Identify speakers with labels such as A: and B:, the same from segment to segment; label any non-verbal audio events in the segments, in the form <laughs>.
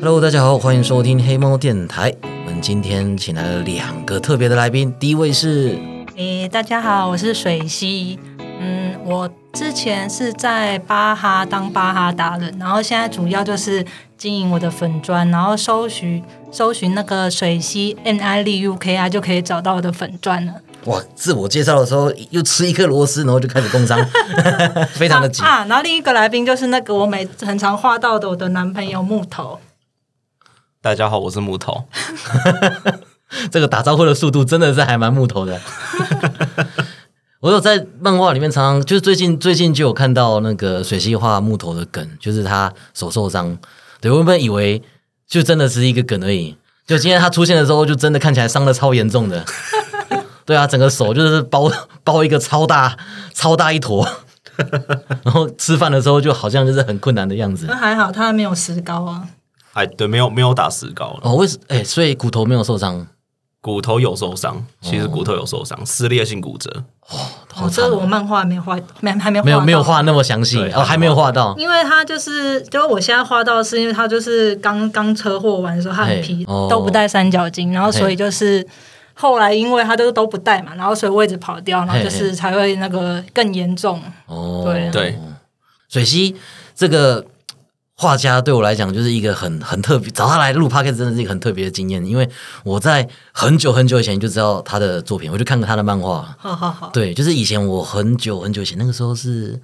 A: Hello，大家好，欢迎收听黑猫电台。我们今天请来了两个特别的来宾，第一位是
B: 诶，大家好，我是水西。嗯，我之前是在巴哈当巴哈达人，然后现在主要就是经营我的粉砖，然后搜寻搜寻那个水西 N I L U K I 就可以找到我的粉砖了。
A: 哇，自我介绍的时候又吃一颗螺丝，然后就开始工伤， <laughs> 非常的紧。
B: 啊！然后另一个来宾就是那个我每很常画到的我的男朋友木头。
C: 大家好，我是木头。
A: 这个打招呼的速度真的是还蛮木头的。 <laughs> 我有在漫画里面常常，就是最近最近就有看到那个水系画木头的梗，就是他手受伤，对我原本以为就真的是一个梗而已，就今天他出现的时候，就真的看起来伤的超严重的。 <laughs> 对啊，整个手就是包包一个超大超大一坨，然后吃饭的时候就好像就是很困难的样子
B: <laughs> 那。还好他还没有石膏啊。
C: 哎，对，没有没有打石膏了，
A: 哦，为什哎、所以骨头没有受伤，
C: 骨头有受
A: 哦
C: 伤，其实骨头有受伤，撕裂性骨折。
A: 好惨
B: 哦，这个
A: 哦、
B: 我漫画没画，没还没画
A: 没有没有
B: 到
A: 画那么详细，
C: 对
A: 哦，还没有画到。
B: 因为他就是，就是我现在画到是因为他就是刚刚车祸完的时候，他很皮
A: 嘿，哦
B: 都不戴三角巾，然后所以就是后来因为他都都不戴嘛，然后所以位置跑掉，然后就是才会那个更严重。
A: 哦，
B: 对啊
C: 对，
A: 水西这个画家对我来讲就是一个很很特别，找他来录 p o c a s t 真的是一个很特别的经验，因为我在很久很久以前就知道他的作品，我就看过他的漫画。
B: 好好好，
A: 对，就是以前我很久很久以前，那个时候是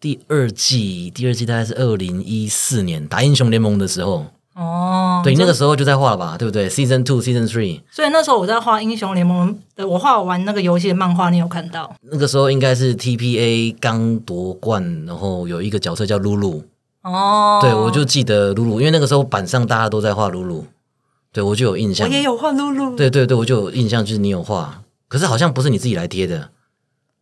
A: 第二季，第二季大概是二零一四年打英雄联盟的时候，
B: 哦，
A: 对，那个时候就在画了吧，对不对？Season Two、Season Three，
B: 所以那时候我在画英雄联盟的，我画完那个游戏的漫画，你有看到？
A: 那个时候应该是 TPA 刚夺冠，然后有一个角色叫露露，
B: 哦，
A: 对，我就记得露露，因为那个时候板上大家都在画露露，对我就有印
B: 我
A: 象。
B: 也有画露露，
A: 对对对，我就有印象，就是你有画，可是好像不是你自己来贴的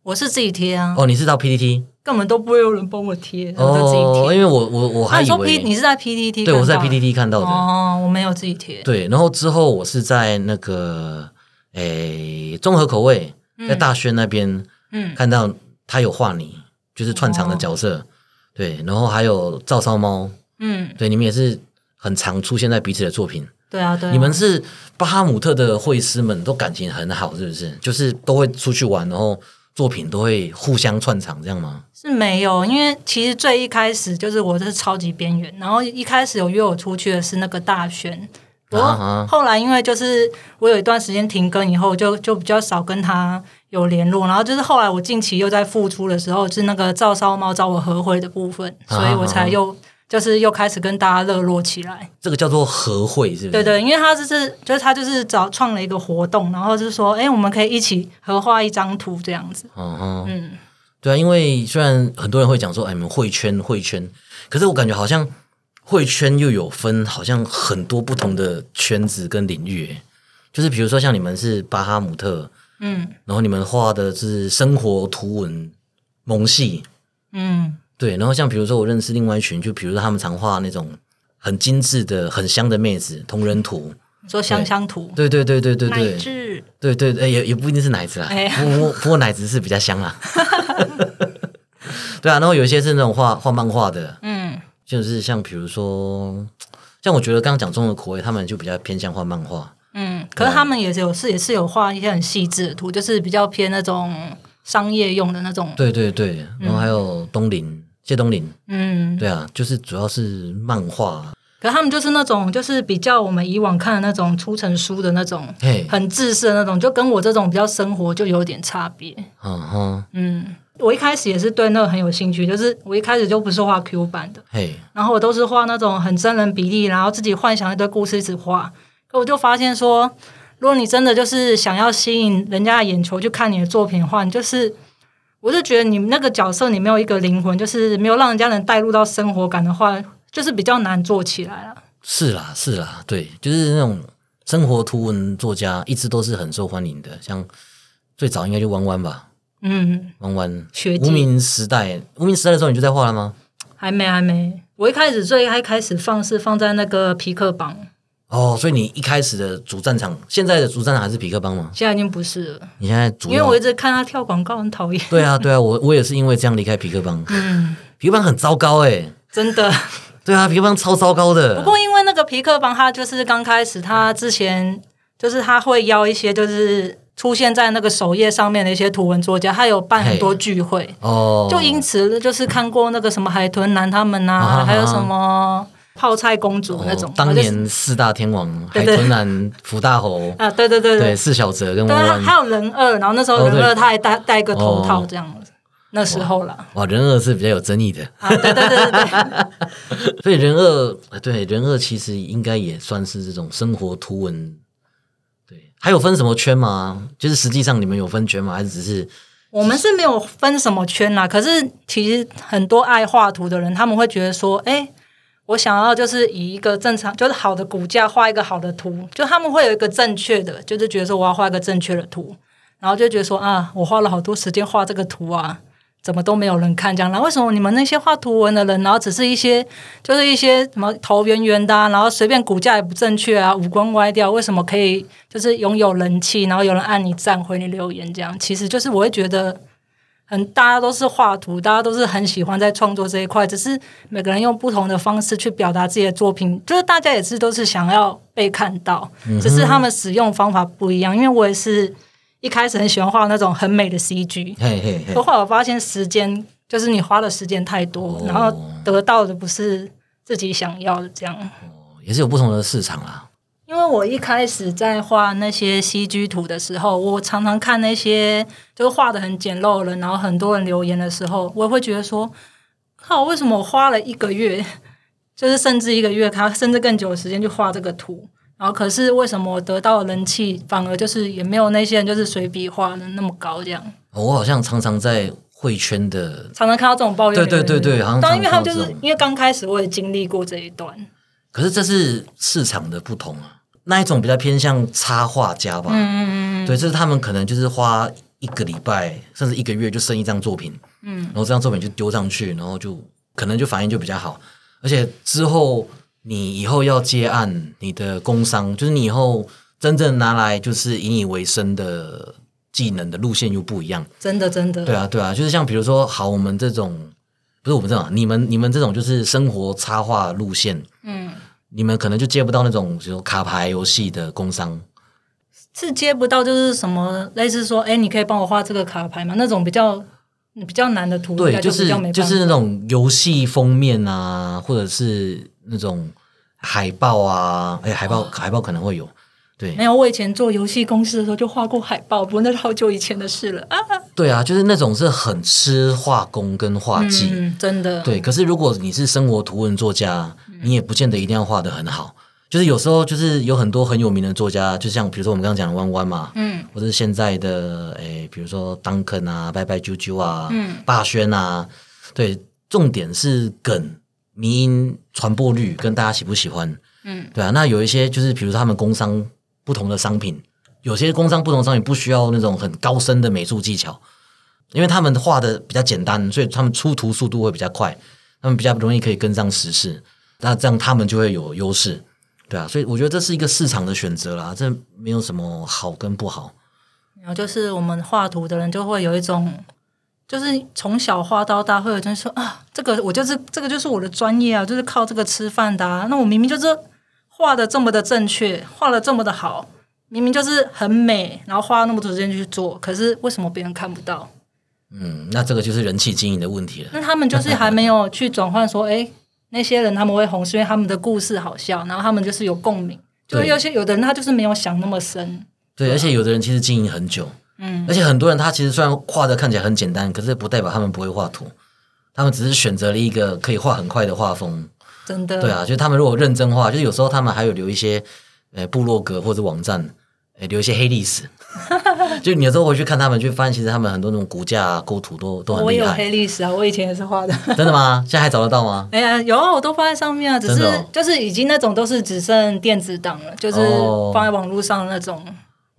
B: 我是自己贴啊，
A: 哦，你是到 PPT
B: 根本都不会有人帮我贴，我就自己
A: 哦，
B: 贴。
A: 因为我我我
B: 那
A: 还
B: 你
A: 以
B: 说 P，
A: 为
B: 你是在 PTT？
A: 对我是在
B: 看到的
A: PPT 看到的，
B: 哦，我没有自己贴。
A: 对，然后之后我是在那个诶综合口味在大轩那边
B: 嗯，
A: 看到他有画你，就是串场的角
B: 哦
A: 色，对，然后还有照烧猫，
B: 嗯，
A: 对，你们也是很常出现在彼此的作品。
B: 对啊，对啊，
A: 你们是巴哈姆特的会师们都感情很好，是不是？就是都会出去玩，然后作品都会互相串场，这样吗？
B: 是没有，因为其实最一开始就是我是超级边缘，然后一开始有约我出去的是那个大轩，我
A: 啊哈
B: 后来因为就是我有一段时间停更以后就，就比较少跟他有联络，然后就是后来我近期又在复出的时候，是那个照烧猫找我合会的部分，
A: 啊哈
B: 所以我才又就是又开始跟大家热络起来。
A: 这个叫做合会，是不是？
B: 对对，因为他就是就是他就是找创了一个活动，然后就是说，哎，我们可以一起合画一张图这样子。
A: 嗯哼，
B: 嗯，
A: 对啊，因为虽然很多人会讲说，哎，你们会圈会圈，可是我感觉好像会圈又有分，好像很多不同的圈子跟领域，哎就是比如说像你们是巴哈姆特，
B: 嗯
A: 然后你们画的是生活图文萌系，
B: 嗯，
A: 对，然后像比如说我认识另外一群，就比如说他们常画那种很精致的、很香的妹子同人图，
B: 你说香香图，
A: 对对对对对
B: 乃
A: 对
B: 至
A: 对对，哎也也不一定是奶子啦，
B: 哎
A: 不过不过奶子是比较香
B: <laughs>
A: 啦。对啊，然后有一些是那种画画漫画的，
B: 嗯
A: 就是像比如说，像我觉得刚刚讲中的口味，他们就比较偏向画漫画，
B: 嗯，可是他们也是有是也是有画一些很细致的图，就是比较偏那种商业用的那种，
A: 对对对，然后还有东林谢东林，
B: 嗯，
A: 对啊，就是主要是漫画，
B: 可是他们就是那种就是比较我们以往看的那种出成书的那种
A: 嘿，
B: 很自私的那种，就跟我这种比较生活就有点差别，
A: 嗯哼，
B: 嗯。我一开始也是对那个很有兴趣，就是我一开始就不是画 Q 版的，
A: 嘿，
B: 然后我都是画那种很真人比例，然后自己幻想一堆故事一直画。可我就发现说，如果你真的就是想要吸引人家的眼球去看你的作品的话，你就是，我就觉得你那个角色你没有一个灵魂，就是没有让人家能带入到生活感的话，就是比较难做起来了。
A: 是啦，是啦，对，就是那种生活图文作家一直都是很受欢迎的，像最早应该就弯弯吧，
B: 嗯，
A: 弯弯
B: 学姐
A: 无名时代，无名时代的时候你就在画了吗？
B: 还没还没。我一开始最一开始放是放在那个皮克榜，
A: 哦，所以你一开始的主战场，现在的主战场还是匹克帮吗？
B: 现在已经不是了，
A: 你现在主
B: 因
A: 要
B: 为我一直看他跳广告很
A: <laughs>
B: 讨厌。
A: 对啊，对啊，我我也是因为这样离开匹克帮，
B: 嗯，
A: 匹克帮很糟糕哎、
B: 真的，
A: 对啊，皮克邦超糟糕的。
B: 不过因为那个皮克邦，他就是刚开始，他之前就是他会邀一些就是出现在那个首页上面的一些图文作家，他有办很多聚会，
A: 哦，
B: 就因此就是看过那个什么海豚男他们呐、
A: 啊哈
B: 还有什么泡菜公主那种，
A: 哦当
B: 就是
A: 年四大天王海
B: 对对
A: 豚男、福大猴，
B: 啊，对对对
A: 对，四小泽跟
B: 对，
A: 弯
B: 他还
A: 弯。
B: 有人二，然后那时候
A: 哦
B: 人
A: 对哦
B: 二他还戴戴个头套这样子，那时候啦，
A: 哇，人二是比较有争议的，
B: 啊，对对对对对，
A: 所以人二呃对人二其实应该也算是这种生活图文。对，还有分什么圈吗？就是实际上你们有分圈吗？还是只是
B: 我们是没有分什么圈啦，可是其实很多爱画图的人，他们会觉得说，哎。我想要就是以一个正常，就是好的骨架画一个好的图，就他们会有一个正确的，就是觉得说我要画一个正确的图，然后就觉得说啊，我花了好多时间画这个图啊，怎么都没有人看这样。然后为什么你们那些画图文的人，然后只是一些就是一些什么头圆圆的、啊，然后随便骨架也不正确啊，五官歪掉，为什么可以就是拥有人气，然后有人按你赞回你留言这样？其实就是我会觉得。很，大家都是画图，大家都是很喜欢在创作这一块，只是每个人用不同的方式去表达自己的作品，就是大家也是都是想要被看到，只是他们使用方法不一样。因为我也是一开始很喜欢画那种很美的 CG，
A: 嘿嘿嘿
B: 可后来我发现时间就是你花的时间太多
A: 哦，
B: 然后得到的不是自己想要的这样。
A: 哦也是有不同的市场啦。
B: 因为我一开始在画那些 CG 图的时候，我常常看那些就是画的很简陋了，然后很多人留言的时候，我会觉得说，靠，为什么我花了一个月，就是甚至一个月，他甚至更久的时间去画这个图，然后可是为什么我得到的人气反而就是也没有那些人就是随笔画的那么高这样？
A: 哦我好像常常在绘圈的，
B: 常常看到这种抱怨的
A: 对
B: 人。
A: 对对对好像
B: 当因为他
A: 常
B: 们就
A: 常看到这
B: 是
A: 种
B: 因为刚开始我也经历过这一段，
A: 可是这是市场的不同啊。那一种比较偏向插画家吧，
B: 嗯嗯
A: 对，这是他们可能就是花一个礼拜甚至一个月就生一张作品，嗯，然后这张作品就丢上去，然后就可能就反应就比较好，而且之后你以后要接案，你的工商就是你以后真正拿来就是引以为生的技能的路线又不一样，
B: 真的真的，
A: 对啊，对啊，就是像比如说，好，我们这种不是我们这种啊，你们你们这种就是生活插画路线，
B: 嗯，
A: 你们可能就接不到那种比如说卡牌游戏的工商，
B: 是接不到就是什么类似说，哎，你可以帮我画这个卡牌吗？那种比较比较难的图，应
A: 对，
B: 该
A: 就
B: 比
A: 是
B: 较没办法
A: 就是那种游戏封面啊，或者是那种海报啊，哎，海报、
B: 哦
A: 海报可能会有，对
B: 没有。我以前做游戏公司的时候就画过海报，不过那是好久以前的事了啊。
A: 对啊，就是那种是很吃画工跟画技，
B: 嗯，真的，
A: 对，可是如果你是生活图文作家，
B: 嗯
A: 你也不见得一定要画的很好。就是有时候，就是有很多很有名的作家，就像比如说我们刚刚讲的弯弯嘛，
B: 嗯，
A: 或者是现在的诶，比如说当肯啊、拜拜啾啾啊、嗯、霸轩啊，对，重点是梗、迷因传播率跟大家喜不喜欢，
B: 嗯，
A: 对啊。那有一些就是，比如说他们工商不同的商品，有些工商不同的商品不需要那种很高深的美术技巧，因为他们画的比较简单，所以他们出图速度会比较快，他们比较容易可以跟上时事，那这样他们就会有优势，对啊，所以我觉得这是一个市场的选择啦，这没有什么好跟不好，
B: 然后就是我们画图的人就会有一种，就是从小画到大，会有一种说啊，这个我就是这个就是我的专业啊，就是靠这个吃饭的、啊。那我明明就是画的这么的正确，画的这么的好，明明就是很美，然后花了那么多时间去做，可是为什么别人看不到？
A: 嗯，那这个就是人气经营的问题了，
B: 那他们就是还没有去转换说，哎，那些人他们会红，是因为他们的故事好笑，然后他们就是有共鸣。就
A: 对
B: 有些有的人他就是没有想那么深，
A: 对，而且有的人其实经营很久，
B: 啊嗯，
A: 而且很多人他其实虽然画的看起来很简单，可是不代表他们不会画图，他们只是选择了一个可以画很快的画风，
B: 真的，
A: 对啊，就是他们如果认真画，就是有时候他们还有留一些呃部落格或者网站，呃留一些黑历
B: <laughs>
A: 史。就你有时候回去看他们，就发现其实他们很多那种骨架、啊、构图都都很
B: 我也
A: 厉
B: 有
A: 害。
B: 黑历史啊，我以前也是画的。
A: 真的吗？现在还找得到吗？
B: 哎呀，有啊，我都放在上面啊，只
A: 真
B: 是、
A: 的哦
B: 就是已经那种都是只剩电子档了，就是
A: 哦
B: 放在网络上那种。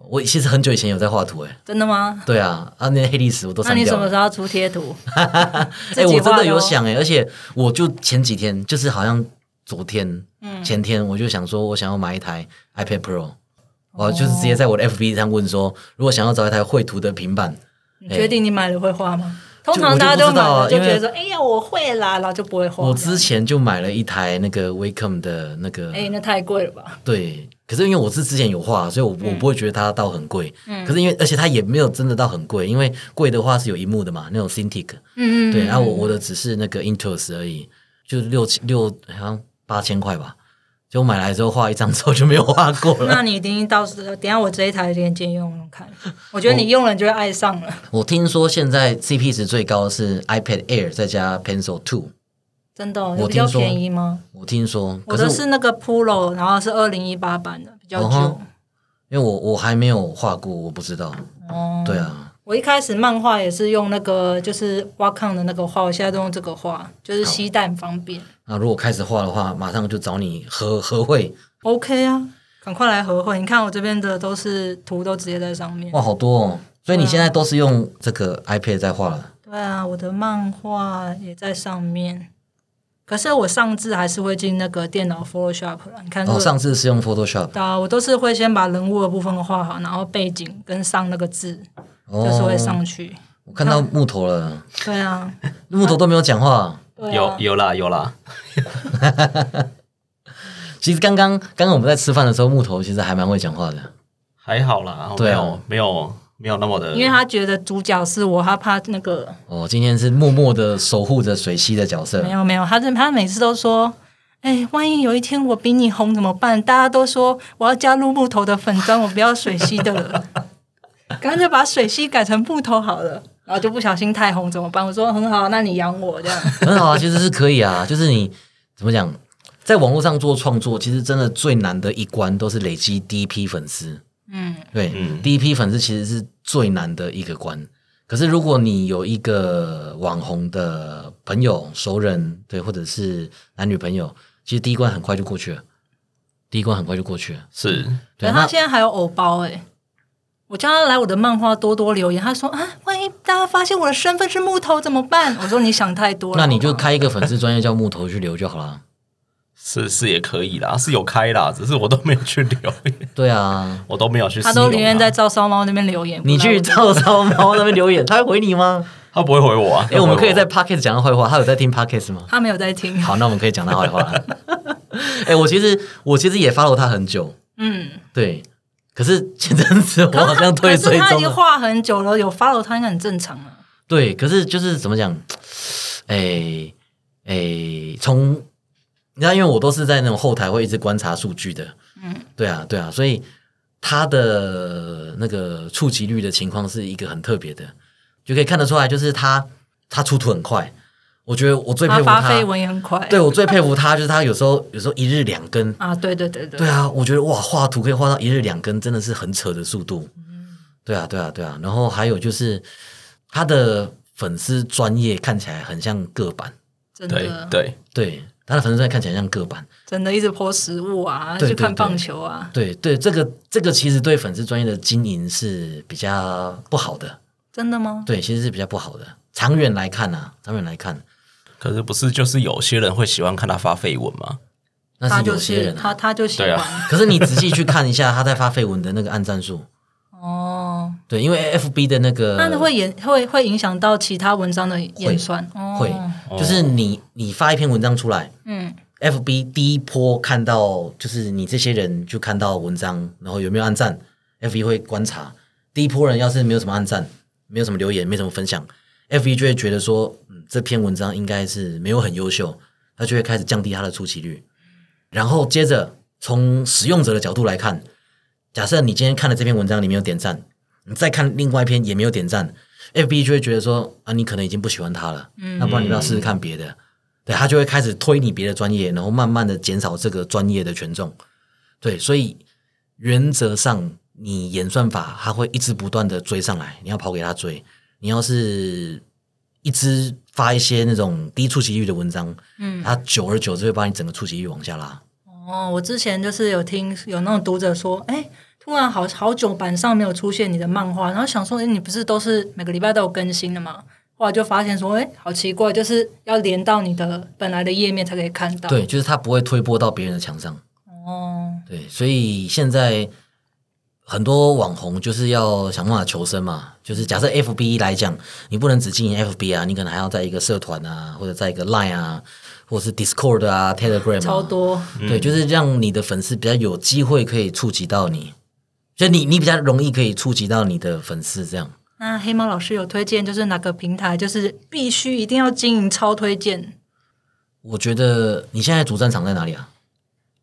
A: 我其实很久以前有在画图、欸，
B: 真的吗？
A: 对啊，啊那些黑历史我都
B: 那
A: 删
B: 你什
A: 掉
B: 么
A: 了。
B: 时候要出贴图？
A: <laughs> 哎、
B: 自己
A: 我真
B: 画
A: 的有
B: 哦
A: 想哎、而且我就前几天，就是好像昨天、
B: 嗯
A: 前天，我就想说我想要买一台 iPad Pro，我就是直接
B: 哦
A: 在我的 FB 上问说，如果想要找一台绘图的平板，
B: 你确定你买了会画吗？通常大家
A: 哎就我就
B: 都
A: 不知
B: 买
A: 道啊
B: 了就觉
A: 因
B: 得
A: 为
B: 说，哎呀，我会啦，然后就不会画。
A: 我之前就买了一台那个 Wacom 的那个，
B: 哎，那太贵了吧？
A: 对，可是因为我是之前有画，所以我
B: 嗯
A: 我不会觉得它到很贵。可是因为而且它也没有真的到很贵，因为贵的话是有一幕的嘛，那种 Cintiq。
B: 嗯
A: 对，然啊后我我的只是那个 Intus 而已，就六千六好像八千块吧。就买来之后画一张之后就没有画过了。
B: 那你一定到时候，等一下我这一台链接用用看，我觉得你用了你就会爱上了，
A: <laughs> 我听说现在 CP 值最高的是 iPad Air 再加 Pencil Two，
B: 真的哦，
A: 我
B: 比较
A: 听说
B: 便宜吗？
A: 我听说，可
B: 我的
A: 是
B: 是那个 Pro，然后是二零一八版的，比较
A: 嗯
B: 旧
A: 哼。因为我我还没有画过，我不知道。
B: 哦，
A: 对啊，
B: 我一开始漫画也是用那个就是挖康的那个画，我现在都用这个画，就是吸带很方便。
A: 那如果开始画的话，马上就找你合合会。
B: OK 啊，赶快来合会。你看我这边的都是图都直接在上面。
A: 哇，好多哦！所
B: 啊
A: 以你现在都是用这个 iPad 在画了。
B: 对啊，我的漫画也在上面。可是我上字还是会进那个电脑 Photoshop 了。你看、这
A: 哦，
B: 个
A: 上次是用 Photoshop，
B: 对啊，我都是会先把人物的部分画好，然后背景跟上那个字，就是会
A: 哦，
B: 上去。
A: 我看到木头了，
B: 对啊，
A: 木头都没有讲话。
B: 对啊
C: 有有啦有啦，
A: 其实刚刚刚刚我们在吃饭的时候，木头其实还蛮会讲话的。
C: 还好啦，哦没
A: 对啊
C: 有没有没有那么的，
B: 因为他觉得主角是我，他怕那个
A: 哦，今天是默默的守护着水溪的角色
B: 没。有没有，他这他每次都说，哎、万一有一天我比你红怎么办？大家都说我要加入木头的粉砖，我不要水系
A: <laughs>
B: 的了，干脆把水系改成木头好了。然后就不小心太红怎么办？我说很好，那你养我这样。
A: 很好啊，其实是可以啊，就是你怎么讲，在网络上做创作，其实真的最难的一关都是累积第一批粉丝。
B: 嗯，
A: 对，
C: 嗯
A: 第一批粉丝其实是最难的一个关。可是如果你有一个网红的朋友、熟人，对，或者是男女朋友，其实第一关很快就过去了，第一关很快就过去了。
C: 是
A: 对，
B: 可
A: 那
B: 是他现在还有偶包哎、我叫他来我的漫画多多留言，他说啊，万一大家发现我的身份是木头怎么办？我说你想太多了，
A: 那你就
B: 好不好
A: 开一个粉丝专业叫木头去留就好
B: <laughs>
A: 了。
C: 是是也可以啦，是有开啦，只是我都没有去留，
A: <laughs> 对啊，
C: 我都没有去私
B: 他
C: 用
B: 都
C: 啊。
B: 宁愿在照烧猫那边留言。
A: 你去
B: 不来
A: 照
B: 我
A: 烧猫那边留言，他会回你
B: <laughs>
A: 吗？
C: 他不会回我啊。
A: 哎、我们可以在
C: 他
A: podcast 讲他坏话，他有在听 podcast
B: <laughs>
A: 吗？
B: 他没有在听。
A: 好，那我们可以讲他坏话 <laughs> 了。哎、我其实我其实也 follow 他很久，
B: 嗯，
A: 对，可是前阵子
B: <laughs>
A: 我好像退
B: 可是
A: 追
B: 他已
A: 踪
B: 经
A: 了。
B: 画很久了，有 follow 他应该很正常啊。
A: 对，可是就是怎么讲，哎、哎、从你知道，因为我都是在那种后台会一直观察数据的，
B: 嗯，
A: 对啊，对啊，所以他的那个触及率的情况是一个很特别的，就可以看得出来，就是他他出图很快，我觉得我最佩
B: 他
A: 服
B: 发
A: 他，
B: 绯闻也很快。
A: 对我最佩服他就是他有时候有时候一日两更，
B: 啊，对对对对
A: 对啊，我觉得哇，画图可以画到一日两更，真的是很扯的速度。
B: 嗯
A: 对啊，对啊，对啊。然后还有就是他的粉丝专业看起来很像个版，
B: 真
C: 对
B: 的
C: 啊对，
A: 对，他的粉丝专业看起来像个版，
B: 真的一直泼食物啊，
A: 对
B: 去
A: 对
B: 看
A: 对
B: 棒球啊，
A: 对对，这个这个其实对粉丝专业的经营是比较不好的，
B: 真的吗？
A: 对，其实是比较不好的。长远来看啊，长远来看，
C: 可是不是就是有些人会喜欢看他发绯闻吗？
A: 那
B: 他
A: 是
B: 就
A: 有些
B: 是
A: 人、啊。
B: 他他就喜
C: 对
B: 欢
C: 啊
A: 可是你仔细去看一下他在发绯闻的那个按赞数，
B: 哦，
A: 对，因为 F B 的那个
B: 那会演会会影响到其他文章的演算哦，
A: 呃会，就是你你发一篇文章出来，
B: 嗯
A: F B 第一波看到就是你这些人就看到文章，然后有没有按赞，F B 会观察。第一波人要是没有什么按赞，没有什么留言，没什么分享，F B 就会觉得说，嗯，这篇文章应该是没有很优秀，他就会开始降低它的出勤率。然后接着从使用者的角度来看，假设你今天看了这篇文章，你没有点赞，你再看另外一篇也没有点赞，F B 就会觉得说，啊，你可能已经不喜欢他了，
B: 嗯
A: 那不然你不要试试看别的。对他就会开始推你别的专业，然后慢慢的减少这个专业的权重。对，所以原则上你演算法它会一直不断的追上来，你要跑给他追。你要是一直发一些那种低触及率的文章，
B: 嗯
A: 它久而久之会把你整个触及率往下拉。
B: 哦，我之前就是有听有那种读者说，哎。突然好好久版上没有出现你的漫画，然后想说，哎，你不是都是每个礼拜都有更新的吗？后来就发现说，哎，好奇怪，就是要连到你的本来的页面才可以看到。
A: 对，就是它不会推波到别人的墙上。
B: 哦，
A: 对，所以现在很多网红就是要想办法求生嘛。就是假设 FB 来讲，你不能只经营 FB 啊，你可能还要在一个社团啊，或者在一个 Line 啊，或者是 Discord 啊、Telegram 啊，
B: 超多。
A: 对，就是让你的粉丝比较有机会可以触及到你，就你你比较容易可以触及到你的粉丝这样。
B: 那黑猫老师有推荐，就是哪个平台，就是必须一定要经营超推荐，
A: 我觉得你现在主战场在哪里啊？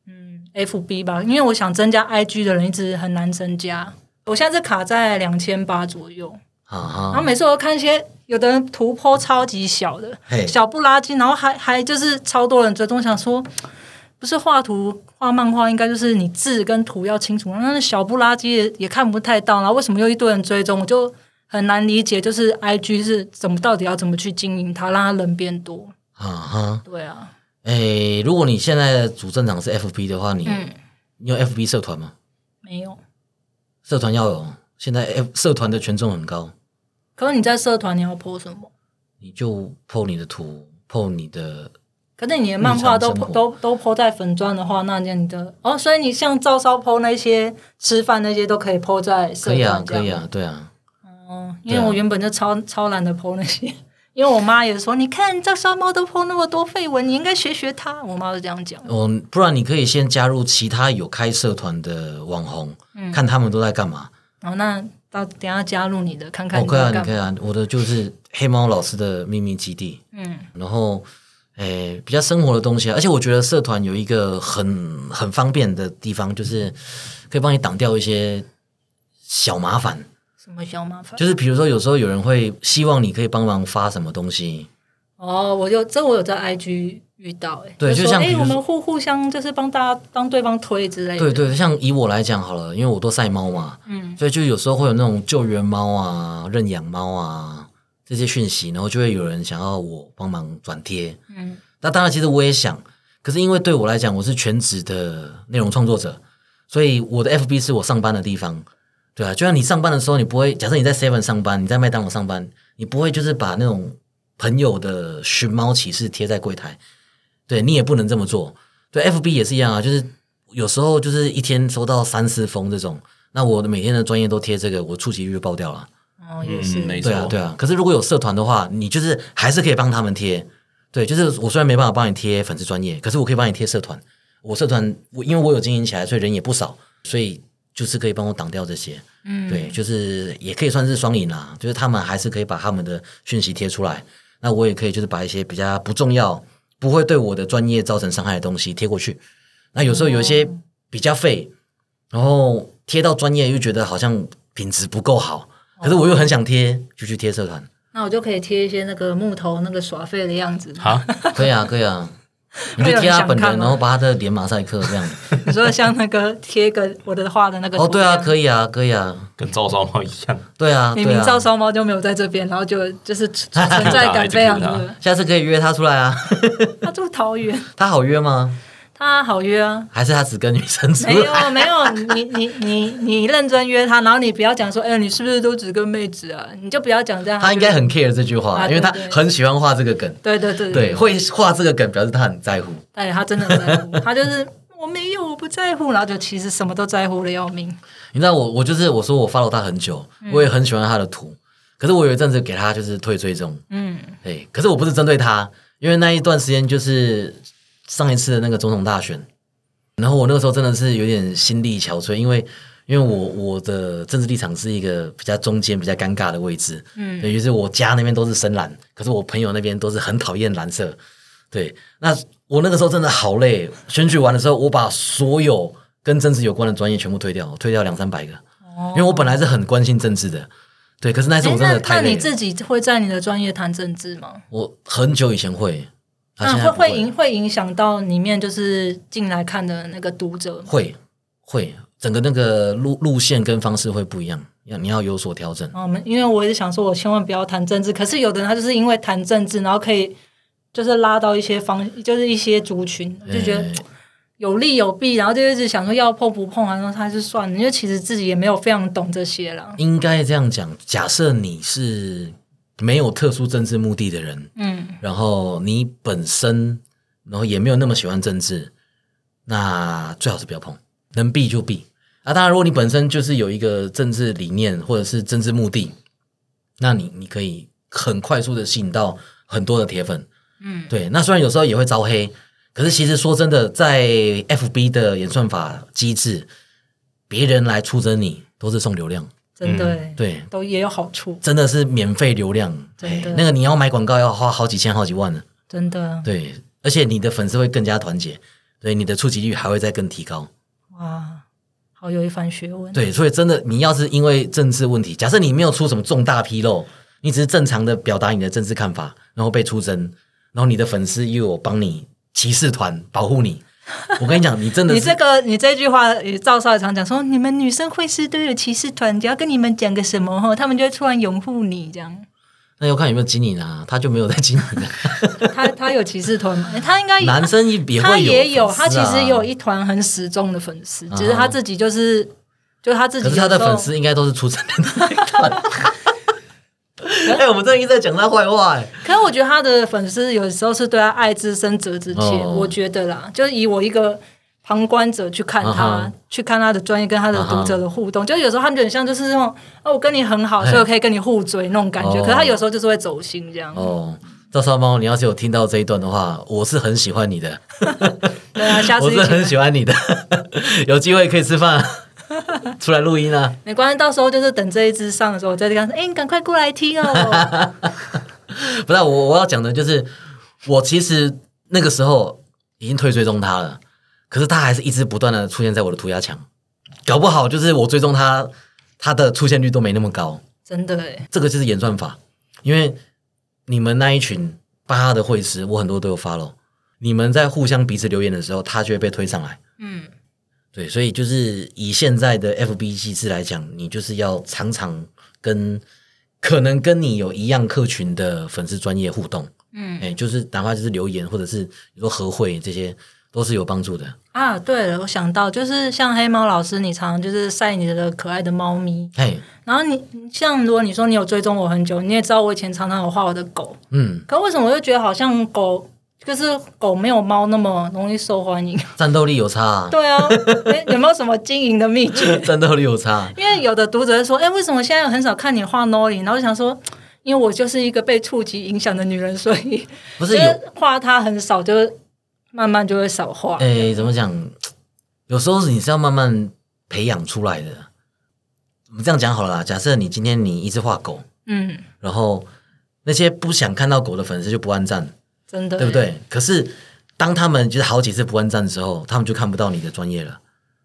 B: 嗯，FB 吧，因为我想增加 IG 的人一直很难增加，我现在是卡在两千八左右，
A: 啊
B: 然后
A: 哈，
B: 每次我都看一些有的人图 po 超级小的，
A: 嘿，
B: 小不拉几，然后还还就是超多人追踪，想说不是画图画漫画，应该就是你字跟图要清楚。那小不拉几也也看不太到，然后为什么又一堆人追踪？我就很难理解，就是 I G 是怎么到底要怎么去经营它，让它人变多？
A: 啊哈，
B: 对啊，
A: 诶，如果你现在的主战场是 FB 的话，你、
B: 嗯，
A: 你有 FB 社团吗？
B: 没有。
A: 社团要有，现在 F 社团的权重很高，
B: 可是你在社团你要 po 什么？
A: 你就 PO 你的图，PO 你的
B: 可是你的漫画都
A: 日常生
B: po,
A: 活
B: 都都 po 在粉砖的话，那这样你的哦，所以你像照烧 po 那些吃饭那些都可以 po 在社
A: 可
B: 团
A: 以啊，
B: 这样
A: 可以啊，对啊，
B: 哦，因为我原本就超、超懒得剖那些，因为我妈也说，你看这烧猫都剖那么多绯闻，你应该学学她。我妈就这样讲。
A: 嗯，不然你可以先加入其他有开社团的网红，
B: 嗯
A: 看他们都在干嘛。
B: 然后哦那到等一下加入你的，看看
A: 哦，
B: 你
A: 可以啊，
B: 要
A: 你
B: 干
A: 可
B: 嘛。
A: 以啊，我的就是黑猫老师的秘密基地，
B: 嗯，
A: 然后诶、比较生活的东西啊，而且我觉得社团有一个很很方便的地方，就是可以帮你挡掉一些小麻烦，
B: 什么小麻烦？
A: 就是比如说有时候有人会希望你可以帮忙发什么东西，
B: 哦，我就这我有在 IG 遇到、哎，
A: 对
B: 就
A: 就像
B: 哎、
A: 比如
B: 我
A: 说
B: 们互互相就是帮大家帮对方推之类的。
A: 对对，像以我来讲好了，因为我都晒猫嘛，
B: 嗯，
A: 所以就有时候会有那种救援猫啊、认养猫啊这些讯息，然后就会有人想要我帮忙转贴。
B: 嗯，
A: 那当然，其实我也想，可是因为对我来讲，我是全职的内容创作者，所以我的 FB 是我上班的地方。对啊，就像你上班的时候，你不会假设你在 Seven 上班，你在麦当劳上班，你不会就是把那种朋友的寻猫启事贴在柜台，对你也不能这么做。对，FB 也是一样啊，就是有时候就是一天收到三四封这种，那我的每天的专业都贴这个，我触及率就爆掉了。
B: 哦，也是，
C: 嗯没错
A: 对啊，对啊。可是如果有社团的话，你就是还是可以帮他们贴。对，就是我虽然没办法帮你贴粉丝专业，可是我可以帮你贴社团。我社团我因为我有经营起来，所以人也不少，所以就是可以帮我挡掉这些。
B: 嗯，
A: 对，就是也可以算是双赢啦，就是他们还是可以把他们的讯息贴出来，那我也可以就是把一些比较不重要、不会对我的专业造成伤害的东西贴过去。那有时候有一些比较废，然后贴到专业又觉得好像品质不够好，
B: 哦
A: 可是我又很想贴，就去贴社
B: <laughs>
A: 团。
B: 那我就可以贴一些那个木头那个耍废的样子，
C: 哈，
A: 可以啊，可以啊，你就贴他本
B: 会有人想看
A: 人，
B: 吗
A: 然后把他的脸马赛克
B: <laughs>
A: 这样。
B: 你说像那个贴一个我的画的那个
A: 哦，对啊，
B: 以。
A: 可以啊，可以啊，
C: 跟照烧猫一样，
A: 对啊，
B: 明
A: 对
B: 明
A: 啊。
B: 照烧猫就没有在这边，然后就就是存存在感非
A: <laughs>
B: 常的。
A: 下次可以约他出来啊， <laughs>
B: 他住桃园，
A: 他好约吗？
B: 他好
A: <laughs>
B: 约啊。
A: 还是他只跟女生出来？
B: 没有啊没有，你你你你认真约他，然后你不要讲说，哎、你是不是都只跟妹子啊？你就不要讲这样。
A: 他应该
B: 就
A: 很 care 这句话，
B: 啊
A: 因为他
B: 对对嗯
A: 很喜欢画这个梗。
B: 对对对
A: 对，，会画这个梗表示他很在乎。
B: 哎，他真的很在乎，他就是我没有，我不在乎，然后就其实什么都在乎的要命。
A: 你知道我，我就是我说我 follow 他很久，
B: 嗯
A: 我也很喜欢他的图，可是我有一阵子给他就是退追踪，
B: 嗯，
A: 对，哎可是我不是针对他，因为那一段时间就是上一次的那个总统大选，然后我那个时候真的是有点心力憔悴，因为因为我我的政治立场是一个比较中间、比较尴尬的位置，嗯，于是我家那边都是深蓝，可是我朋友那边都是很讨厌蓝色，对，那我那个时候真的好累，选举完的时候，我把所有跟政治有关的专业全部推掉，推掉两三百个，因为我本来是很关心政治的。对，可是那一次我真
B: 哦哎那
A: 的太
B: 那
A: 累了。
B: 你自己会在你的专业谈政治吗？
A: 我很久以前会，啊，
B: 那
A: 现
B: 嗯会
A: 在不会
B: 会影会影响到里面就是进来看的那个读者吗？
A: 会会整个那个路路线跟方式会不一样，要你要有所调整。
B: 然后我们因为我也是想说，我千万不要谈政治。可是有的人他就是因为谈政治，然后可以就是拉到一些方，就是一些族群，我就觉得
A: 呃
B: 有利有弊，然后就一直想说要碰不碰啊，然后他就算了，因为其实自己也没有非常懂这些啦。
A: 应该这样讲，假设你是没有特殊政治目的的人，
B: 嗯，
A: 然后你本身然后也没有那么喜欢政治，那最好是不要碰，能避就避。啊，当然，如果你本身就是有一个政治理念或者是政治目的，那你你可以很快速的吸引到很多的铁粉。嗯，对。那虽然有时候也会招黑，可是其实说真的，在 FB 的演算法机制，别人来出征你都是送流量，
B: 真的、
A: 嗯
B: 欸
A: 对，
B: 都也有好处，
A: 真的是免费流量。
B: 真的
A: 哎那个你要买广告要花好几千、好几万的，
B: 真的
A: 对。而且你的粉丝会更加团结，对，你的触及率还会再更提高。
B: 哇，好有一番学问。
A: 对，所以真的，你要是因为政治问题，假设你没有出什么重大纰漏，你只是正常的表达你的政治看法，然后被出征，然后你的粉丝又有帮你骑士团保护你，我跟你讲，你真的
B: <laughs> 你
A: 是
B: 这个你这句话，也赵少也常讲说，你们女生会师都有骑士团，只要跟你们讲个什么哈，他们就会突然拥护你
A: <laughs>
B: 这样。
A: 那要看有没有经营啊，他就没有在经
B: <laughs>
A: 营、啊，
B: 他他有骑士团吗？诶他应该
A: 男生也也会有、
B: 他也有，他
A: 粉丝
B: 其
A: 啊
B: 实有，一团很死忠的粉丝，
A: 啊
B: 只是他自己就是，就他自
A: 可
B: 己有
A: 是
B: 时
A: 他
B: 候。
A: 的粉丝应该都是出征的那一团。 <laughs> 哎、我们这一直在讲他坏话、哎
B: 可是我觉得他的粉丝有时候是对他爱之深责之切，
A: 哦
B: 我觉得啦，就是以我一个旁观者去看他，
A: 啊哈
B: 去看他的专业跟他的读者的互动，就有时候他们就很像就是那种哦，我跟你很好，
A: 嗯嘿
B: 所以我可以跟你互嘴那种感觉。
A: 哦
B: 可是他有时候就是会走心这样，
A: 哦，赵少猫，你要是有听到这一段的话，我是很喜欢你的。
B: 对啊，下
A: 我
B: 次一
A: 是很
B: 起。
A: 喜欢你的， <laughs> 有机会可以吃饭、出来录音啊。
B: 没关系，到时候就是等这一支上的时候，我再跟他说：“哎、你赶快过来听
A: <laughs>
B: 哦。
A: 不是啊我我要讲的就是，我其实那个时候已经退追踪他了，可是他还是一直不断的出现在我的涂鸦墙，搞不好就是我追踪他，他的出现率都没那么高。”
B: 真的哎，
A: 这个就是演算法，因为你们那一群八的会师，我很多都有 follow，你们在互相彼此留言的时候，他就会被推上来。
B: 嗯，
A: 对，所以就是以现在的 FB 机制来讲，你就是要常常跟可能跟你有一样客群的粉丝专业互动，
B: 嗯
A: 哎，就是哪怕就是留言或者是你说和会这些都是有帮助的。
B: 啊，对了，我想到就是像黑猫老师，你常常就是晒你的可爱的猫咪，
A: 嘿，
B: 然后你像如果你说你有追踪我很久，你也知道我以前常常有画我的狗，
A: 嗯，
B: 可为什么我就觉得好像狗就是狗没有猫那么容易受欢迎？ <laughs>
A: 战斗力有差、啊， <laughs>
B: 对啊，诶有没有什么经营的秘诀？
A: 战斗力有差啊。
B: 因为有的读者会说，哎、为什么现在很少看你画 Nolly？然后我想说，因为我就是一个被触及影响的女人，所以
A: 不是
B: 就
A: 有
B: 是画它很少，就是慢慢就会少画。
A: 诶，哎怎么讲？有时候你是要慢慢培养出来的。我们这样讲好了啦，假设你今天你一直画狗，
B: 嗯，
A: 然后那些不想看到狗的粉丝就不按赞，
B: 真的，
A: 对不？对？可是当他们就是好几次不按赞之后，他们就看不到你的专业了，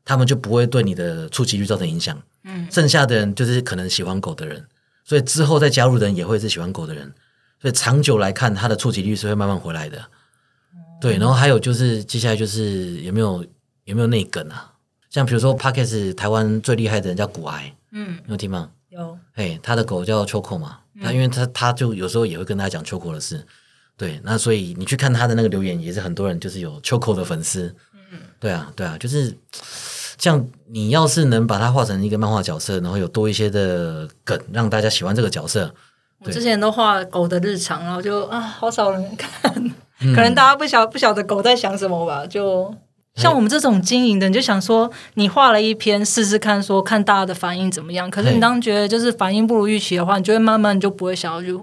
A: 他们就不会对你的触及率造成影响。
B: 嗯，
A: 剩下的人就是可能喜欢狗的人，所以之后再加入的人也会是喜欢狗的人，所以长久来看，它的触及率是会慢慢回来的。对，然后还有就是接下来就是有没有有没有内梗啊？像比如说 p a c k e s 台湾最厉害的人叫骨癌，
B: 嗯，
A: 你有听吗？
B: 有，
A: 哎，他的狗叫秋 o 嘛，他
B: 嗯
A: 因为他他就有时候也会跟大家讲秋 o 的事，对，那所以你去看他的那个留言，也是很多人就是有秋 o 的粉丝，
B: 嗯
A: 对啊，对啊，就是这样。你要是能把它画成一个漫画角色，然后有多一些的梗，让大家喜欢这个角色，
B: 我
A: 对
B: 之前都画狗的日常，然后就啊，好少人看，
A: 嗯
B: 可能大家不晓不晓得狗在想什么吧。就
A: 哎
B: 像我们这种经营的，你就想说，你画了一篇试试看说看大家的反应怎么样。可是
A: 嘿
B: 你当觉得就是反应不如预期的话，你就会慢慢你就不会想要去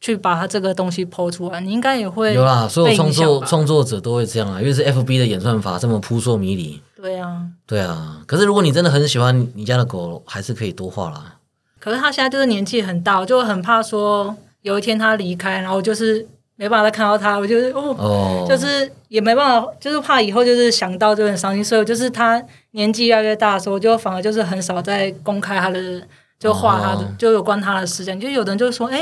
B: 去把它这个东西剖出来。你应该也会
A: 有啦，所有
B: 被影
A: 创
B: 响
A: 作
B: 吧
A: 创作者都会这样啊，因为是 FB 的演算法这么扑朔迷离，
B: 对啊。
A: 对啊。可是如果你真的很喜欢你家的狗，还是可以多画啦。
B: 可是他现在就是年纪很大，我就很怕说有一天他离开，然后我就是没办法再看到他，我就是哦，
A: 哦，
B: 就是也没办法，就是怕以后就是想到就很伤心，所以我就是他年纪越来越大的时候，我就反而就是很少在公开他的，就画他的，
A: 哦
B: 就有关他的事情。就有的人就说，哎、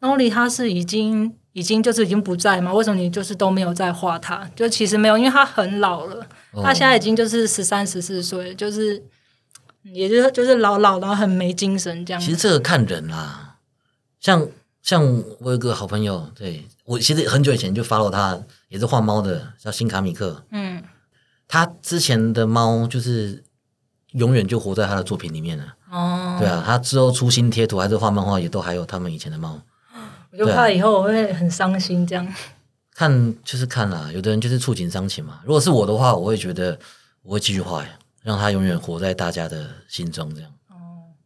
B: n o l i 他是已经已经就是已经不在嘛，为什么你就是都没有在画他？就其实没有，因为他很老了，
A: 哦
B: 他现在已经就是十三十四岁，就是嗯也就是就是老老，然后很没精神这样
A: 其。实这个看人啦，像像我有个好朋友，对我其实很久以前就 follow 他，也是画猫的，叫辛卡米克。
B: 嗯
A: 他之前的猫就是永远就活在他的作品里面了。
B: 哦，
A: 对啊，他之后出新贴图还是画漫画，也都还有他们以前的猫。
B: 我就怕以后我会很伤心这样。
A: 看就是看啦，有的人就是触景伤情嘛。如果是我的话，我会觉得我会继续画耶。让它永远活在大家的心中，这样。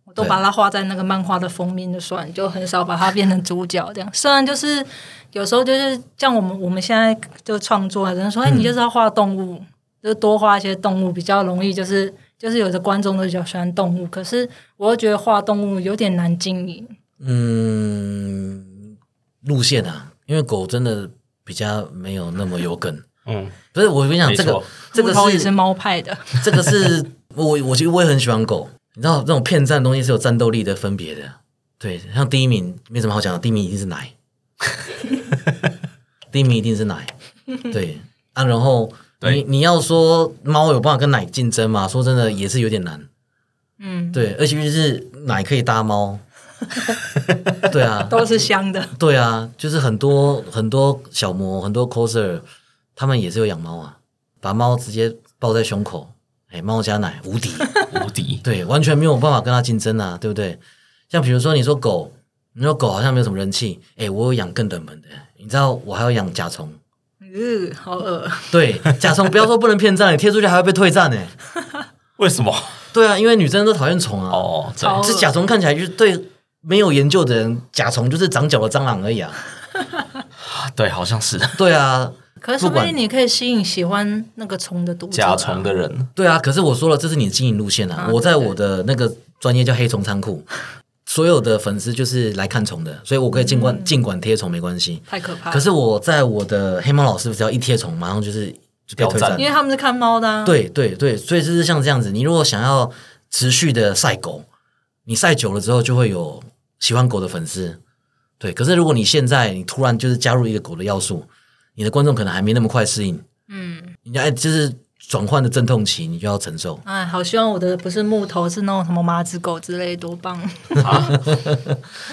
B: 我都把它画在那个漫画的封面就算，就很少把它变成主角这样。虽然就是有时候就是像我们我们现在就创作，有人说哎，
A: 嗯
B: 你就是要画动物，就是多画一些动物比较容易，就是就是有的观众都比较喜欢动物，可是我又觉得画动物有点难经营。
A: 嗯，路线啊，因为狗真的比较没有那么有梗。 <laughs>
C: 嗯，
A: 不是，我跟你讲，
C: 没
A: 这
C: 错
A: 个这个
B: 木头也
A: 是
B: 是猫派的，
A: 这个是我我其实我也很喜欢狗，你知道这种骗战的东西是有战斗力的分别的。对，像第一名没什么好讲的，第一名一定是奶， <laughs> 第一名一定是奶。对啊，然后你
C: 对
A: 你要说猫有办法跟奶竞争嘛？说真的也是有点难。
B: 嗯，
A: 对，而且就是奶可以搭猫。 <laughs> 对啊，
B: 都是
A: <laughs>
B: 香的。
A: 对啊，就是很多很多小模，很多 coser，他们也是有养猫啊，把猫直接抱在胸口，哎，猫加奶无敌。 <laughs>
B: <laughs>
C: 无敌，
A: 对，完全没有办法跟它竞争啊，对不对？像比如说你说狗，你说狗好像没有什么人气，哎，我有养更冷门的，你知道我还要养甲虫，
B: 嗯，好恶。
A: 对，甲虫不要说不能骗战，你贴出去还会被退战呢。
C: 为什么？
A: 对啊，因为女生都讨厌虫啊，
C: 哦，对，
B: 超
A: 这甲虫看起来就是对没有研究的人，甲虫就是长脚的蟑螂而已啊，
C: 对，好像是
A: 对啊。
B: 可是说
A: 不
B: 不
A: 管
B: 定你可以吸引喜欢那个虫的读者、啊。
C: 甲虫的人，
A: 对啊，可是我说了，这是你的经营路线啊。
B: 啊
A: 我在
B: 对对
A: 我的那个专业叫黑虫仓库，所有的粉丝就是来看虫的，所以我可以尽管、
B: 嗯
A: 尽管贴虫没关系。
B: 太可怕了。
A: 可是我在我的黑猫老师只要一贴虫，马上就是就被推
C: 挑
A: 战
C: 战
B: 因。为他们是看猫的、啊，，
A: 对对对，所以就是像这样子，你如果想要持续的晒狗，你晒久了之后就会有喜欢狗的粉丝。对，可是如果你现在你突然就是加入一个狗的要素，你的观众可能还没那么快适应，
B: 嗯，
A: 你要哎就是转换的阵痛期，你就要承受。
B: 哎，好希望我的不是木头，是那种什么麻子狗之类，多 <laughs> 棒！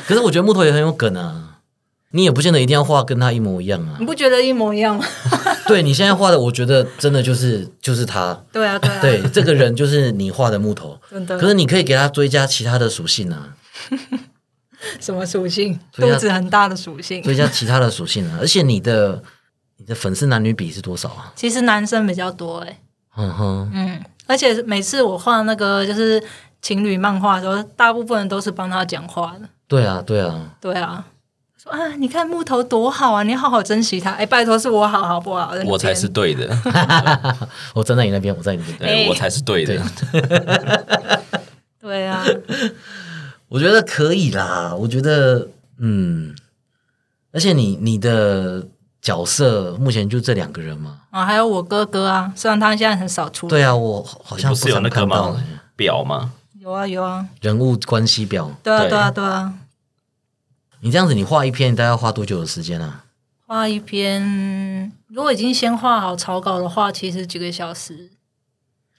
A: 可是我觉得木头也很有梗啊，你也不见得一定要画跟他一模一样啊
B: 你。不觉得一模一样吗？
A: 对你现在画的，我觉得真的就是就是他。
B: 对啊，对
A: <laughs>
B: 啊，
A: 对，这个人就是你画的木头，
B: 真的。
A: 可是你可以给他追加其他的属性啊，
B: 什么属性？
A: 所以它
B: 肚子很大的属性。
A: 追加其他的属性啊，而且你的你的粉丝男女比是多少啊？
B: 其实男生比较多哎、
A: 嗯哼，
B: 嗯，而且每次我画那个就是情侣漫画的时候，大部分人都是帮他讲话的。
A: 对啊，对啊，
B: 对啊，说啊，你看木头多好啊，你好好珍惜它。哎，拜托是我好好不好？在那边
C: 我才是对的，
A: 我站在你那边，我在你那边。
C: 对
B: 哎
C: 我才是对的，
B: 对啊，
A: 我觉得可以啦，我觉得嗯，而且你你的角色目前就这两个人嘛，
B: 啊，还有我哥哥啊，虽然他现在很少出，
A: 对啊，我好好像
C: 不是有
A: 常
C: 那个
A: 看到
C: 吗
A: 欸？
C: 表吗？
B: 有啊有啊，
A: 人物关系表，
B: 对啊
C: 对
B: 对啊对啊，
A: 你这样子你画一篇，你大概要花多久的时间啊？
B: 画一篇，如果已经先画好草稿的话，其实几个小时。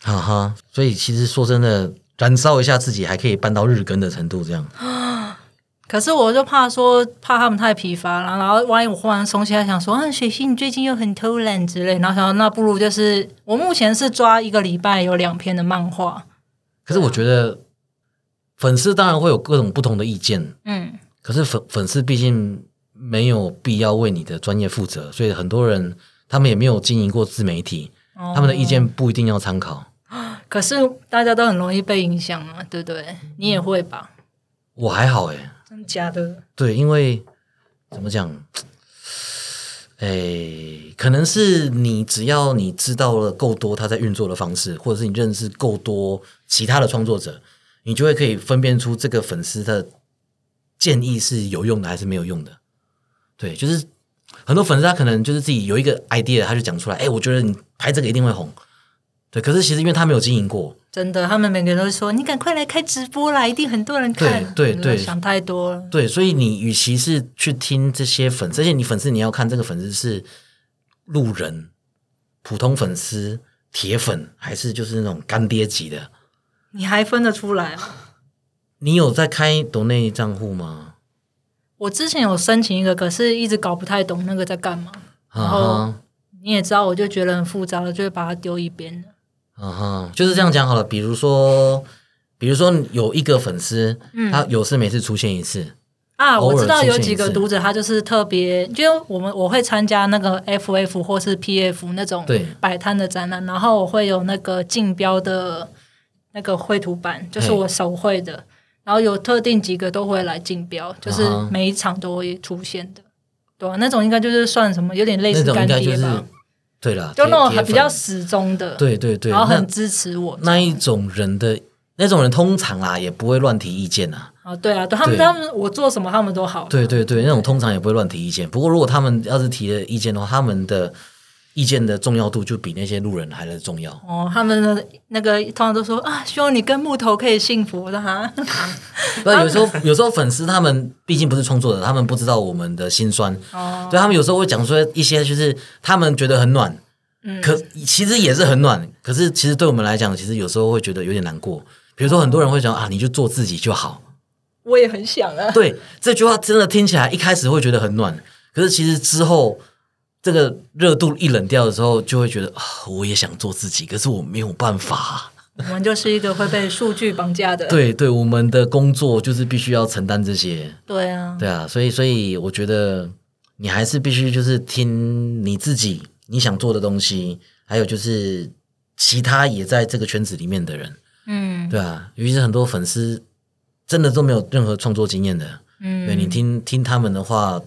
A: 哈哈，所以其实说真的，燃烧一下自己还可以办到日更的程度，这样。
B: 可是我就怕说，怕他们太疲乏了，然后万一我忽然松懈，想说，啊，雪溪你最近又很偷懒之类，然后想说那不如就是我目前是抓一个礼拜有两篇的漫画，
A: 可是我觉得粉丝当然会有各种不同的意见，
B: 嗯，
A: 可是粉粉丝毕竟没有必要为你的专业负责，所以很多人他们也没有经营过自媒体，
B: 哦
A: 他们的意见不一定要参考。
B: 可是大家都很容易被影响啊，对不对？你也会吧？
A: 我还好欸诶、
B: 真的假的？
A: 对，因为怎么讲，诶，可能是你只要你知道了够多他在运作的方式，或者是你认识够多其他的创作者，你就会可以分辨出这个粉丝的建议是有用的还是没有用的。对，就是很多粉丝他可能就是自己有一个 idea，他就讲出来，哎，我觉得你拍这个一定会红。对，可是其实因为他没有经营过，
B: 真的，他们每个人都说你赶快来开直播啦，一定很多人看。
A: 对对
B: 我
A: 对
B: 想太多了。
A: 对，所以你与其是去听这些粉丝，而且你粉丝你要看这个粉丝是路人、普通粉丝、铁粉，还是就是那种干爹级的？
B: 你还分得出来啊？
A: 你有在开抖内账户吗？
B: 我之前有申请一个，可是一直搞不太懂那个在干嘛。
A: 啊
B: 哦
A: 哈，
B: 你也知道，我就觉得很复杂了，就会把它丢一边了。
A: 啊哈，就是这样讲好了。比
B: 嗯
A: 如说，比如说有一个粉丝，他有事没事出现一次，
B: 啊，我知道
A: 偶尔
B: 有几
A: 出现一
B: 个
A: 次
B: 读者，他就是特别，就我们我会参加那个 FF 或是 PF 那种
A: 对
B: 摆摊的展览，然后我会有那个竞标的那个绘图板，就是
A: 嘿
B: 我手绘的，然后有特定几个都会来竞标，就是
A: 啊哈
B: 每一场都会出现的，对啊，那种应该就是算什么，有点类
A: 那
B: 似
A: 种
B: 干
A: 应该就
B: 爹
A: 是
B: 吧，
A: 对啦，
B: 就那种
A: 铁
B: 很比较
A: 铁
B: 死忠的，
A: 粉，对对对，
B: 然后很
A: 那
B: 支持我
A: 那一种人的那种人通常啦也不会乱提意见啊，
B: 啊，对啊，对他们
A: 对
B: 他们我做什么他们都好，
A: 对对对，那种通常也不会乱提意见。不过如果他们要是提了意见的话，他们的意见的重要度就比那些路人还来得重要。
B: 哦，他们的那个通常都说啊，希望你跟木头可以幸福的哈。 <laughs>
A: 不然有
B: 啊
A: 时候有时候粉丝他们毕竟不是创作者，他们不知道我们的辛酸，
B: 哦，
A: 对他们有时候会讲说一些就是他们觉得很暖，
B: 嗯
A: 可其实也是很暖，可是其实对我们来讲，其实有时候会觉得有点难过。比如说很多人会讲啊，你就做自己就好，
B: 我也很想 <laughs> 啊。
A: 对这句话真的听起来一开始会觉得很暖，可是其实之后这个热度一冷掉的时候，就会觉得啊，我也想做自己，可是我没有办法。
B: <laughs> 我们就是一个会被数据绑架的。
A: 对对，我们的工作就是必须要承担这些，
B: 对啊，
A: 对啊，所以所以我觉得你还是必须就是听你自己你想做的东西，还有就是其他也在这个圈子里面的人，
B: 嗯
A: 对啊，尤其是很多粉丝真的都没有任何创作经验的，对你
B: 嗯，
A: 听听他们的话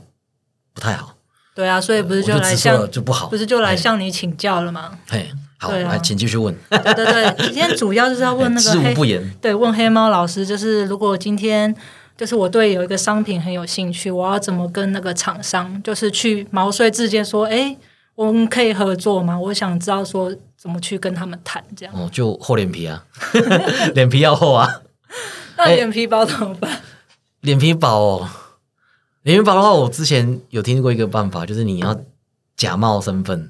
A: 不太好。
B: 对啊，所以不是
A: 我就
B: 来
A: 直说了
B: 向
A: 就不好，
B: 不是就来
A: 哎
B: 向你请教了吗？
A: 嘿，好，
B: 对啊
A: 来，请继续问，
B: 对对对，今天主要就是要
A: <laughs>
B: 问那
A: 知
B: 个
A: 无
B: 黑
A: 哎不言，
B: 对，问黑猫老师，就是如果今天就是我对有一个商品很有兴趣，我要怎么跟那个厂商，就是去毛遂自荐说，哎，我们可以合作吗？我想知道说怎么去跟他们谈这样。
A: 哦，就厚脸皮啊， <laughs> 脸皮要厚啊，
B: 那
A: 哎
B: 脸皮薄怎么办？
A: 脸皮薄哦。脸皮薄的话，我之前有听过一个办法，就是你要假冒身
B: <gasps>
A: 份，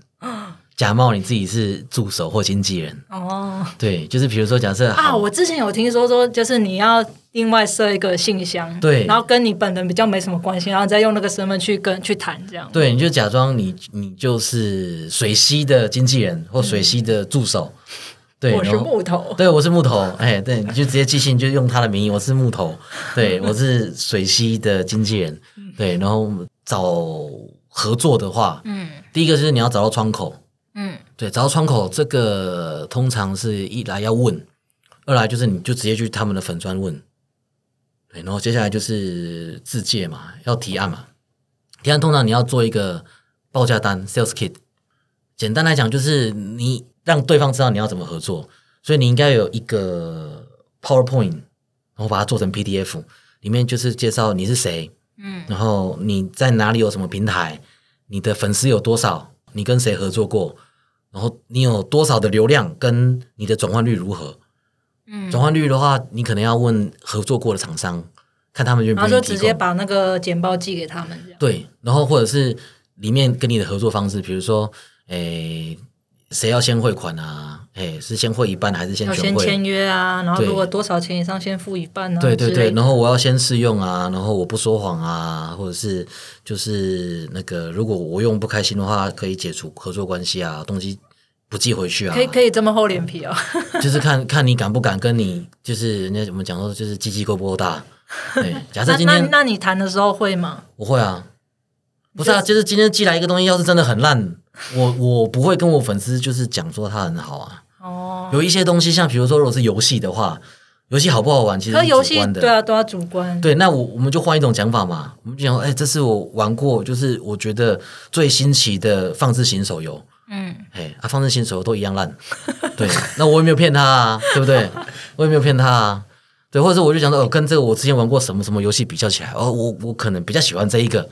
A: 假冒你自己是助手或经纪人，
B: 哦
A: 对，就是比如说假设
B: 啊，
A: 好
B: 我之前有听说说，就是你要另外设一个信箱，
A: 对
B: 然后跟你本人比较没什么关系，然后再用那个身份去跟去谈这样。
A: 对，你就假装你你就是水西的经纪人或水西的助手，对，
B: 我是
A: 然后
B: 木头，
A: 对，我是木头，哎，对，你就直接寄信，就用他的名义，我是木头，对，我是水西的经纪人，对，然后找合作的话，
B: 嗯
A: 第一个就是你要找到窗口，
B: 嗯
A: 对，找到窗口这个通常是一来要问，二来就是你就直接去他们的粉专问，对，然后接下来就是自介嘛，要提案嘛，提案通常你要做一个报价单 （sales kit），简单来讲就是你让对方知道你要怎么合作，所以你应该有一个 PowerPoint，然后把它做成 PDF，里面就是介绍你是谁，
B: 嗯
A: 然后你在哪里有什么平台，你的粉丝有多少，你跟谁合作过，然后你有多少的流量，跟你的转换率如何？
B: 嗯，
A: 转换率的话，你可能要问合作过的厂商，看他们愿不
B: 然后
A: 愿意
B: 哦就
A: 提
B: 直
A: 供。
B: 接把那个简报寄给他们这样。
A: 对，然后或者是里面跟你的合作方式，比如说，诶，谁要先汇款啊？诶，是先汇一半还是先
B: 要
A: 全
B: 先
A: 汇？
B: 签约啊，然后
A: 对
B: 如果多少钱以上先付一半啊，
A: 对对
B: 之类
A: 对，
B: 的
A: 然后我要先试用啊，然后我不说谎啊，或者是就是那个，如果我用不开心的话，可以解除合作关系啊，东西不寄回去啊，
B: 可以可以这么厚脸皮哦，
A: 啊就是看 <laughs> 看你敢不敢跟你，就是人家怎么讲说，就是鸡鸡够不够
B: <laughs>
A: 大。对，假设
B: 那
A: 今
B: 那
A: 天
B: 那你谈的时候会吗？
A: 我会啊，不是啊，就是今天寄来一个东西，要是真的很烂，我我不会跟我粉丝就是讲说它很好啊。
B: 哦，
A: 有一些东西，像比如说如果是游戏的话，游戏好不好玩其实
B: 可
A: 是
B: 游
A: 主
B: 戏
A: 观的。
B: 对啊都要主观，
A: 对，那我我们就换一种讲法嘛，我们就讲说，哎、这是我玩过，就是我觉得最新奇的放置型手游，
B: 嗯，
A: 哎、啊，放置型手游都一样烂，对，那我也没有骗他啊，对不对？我也没有骗他啊，对，或者是我就讲说，哦，跟这个我之前玩过什么什么游戏比较起来，哦，我我可能比较喜欢这一个，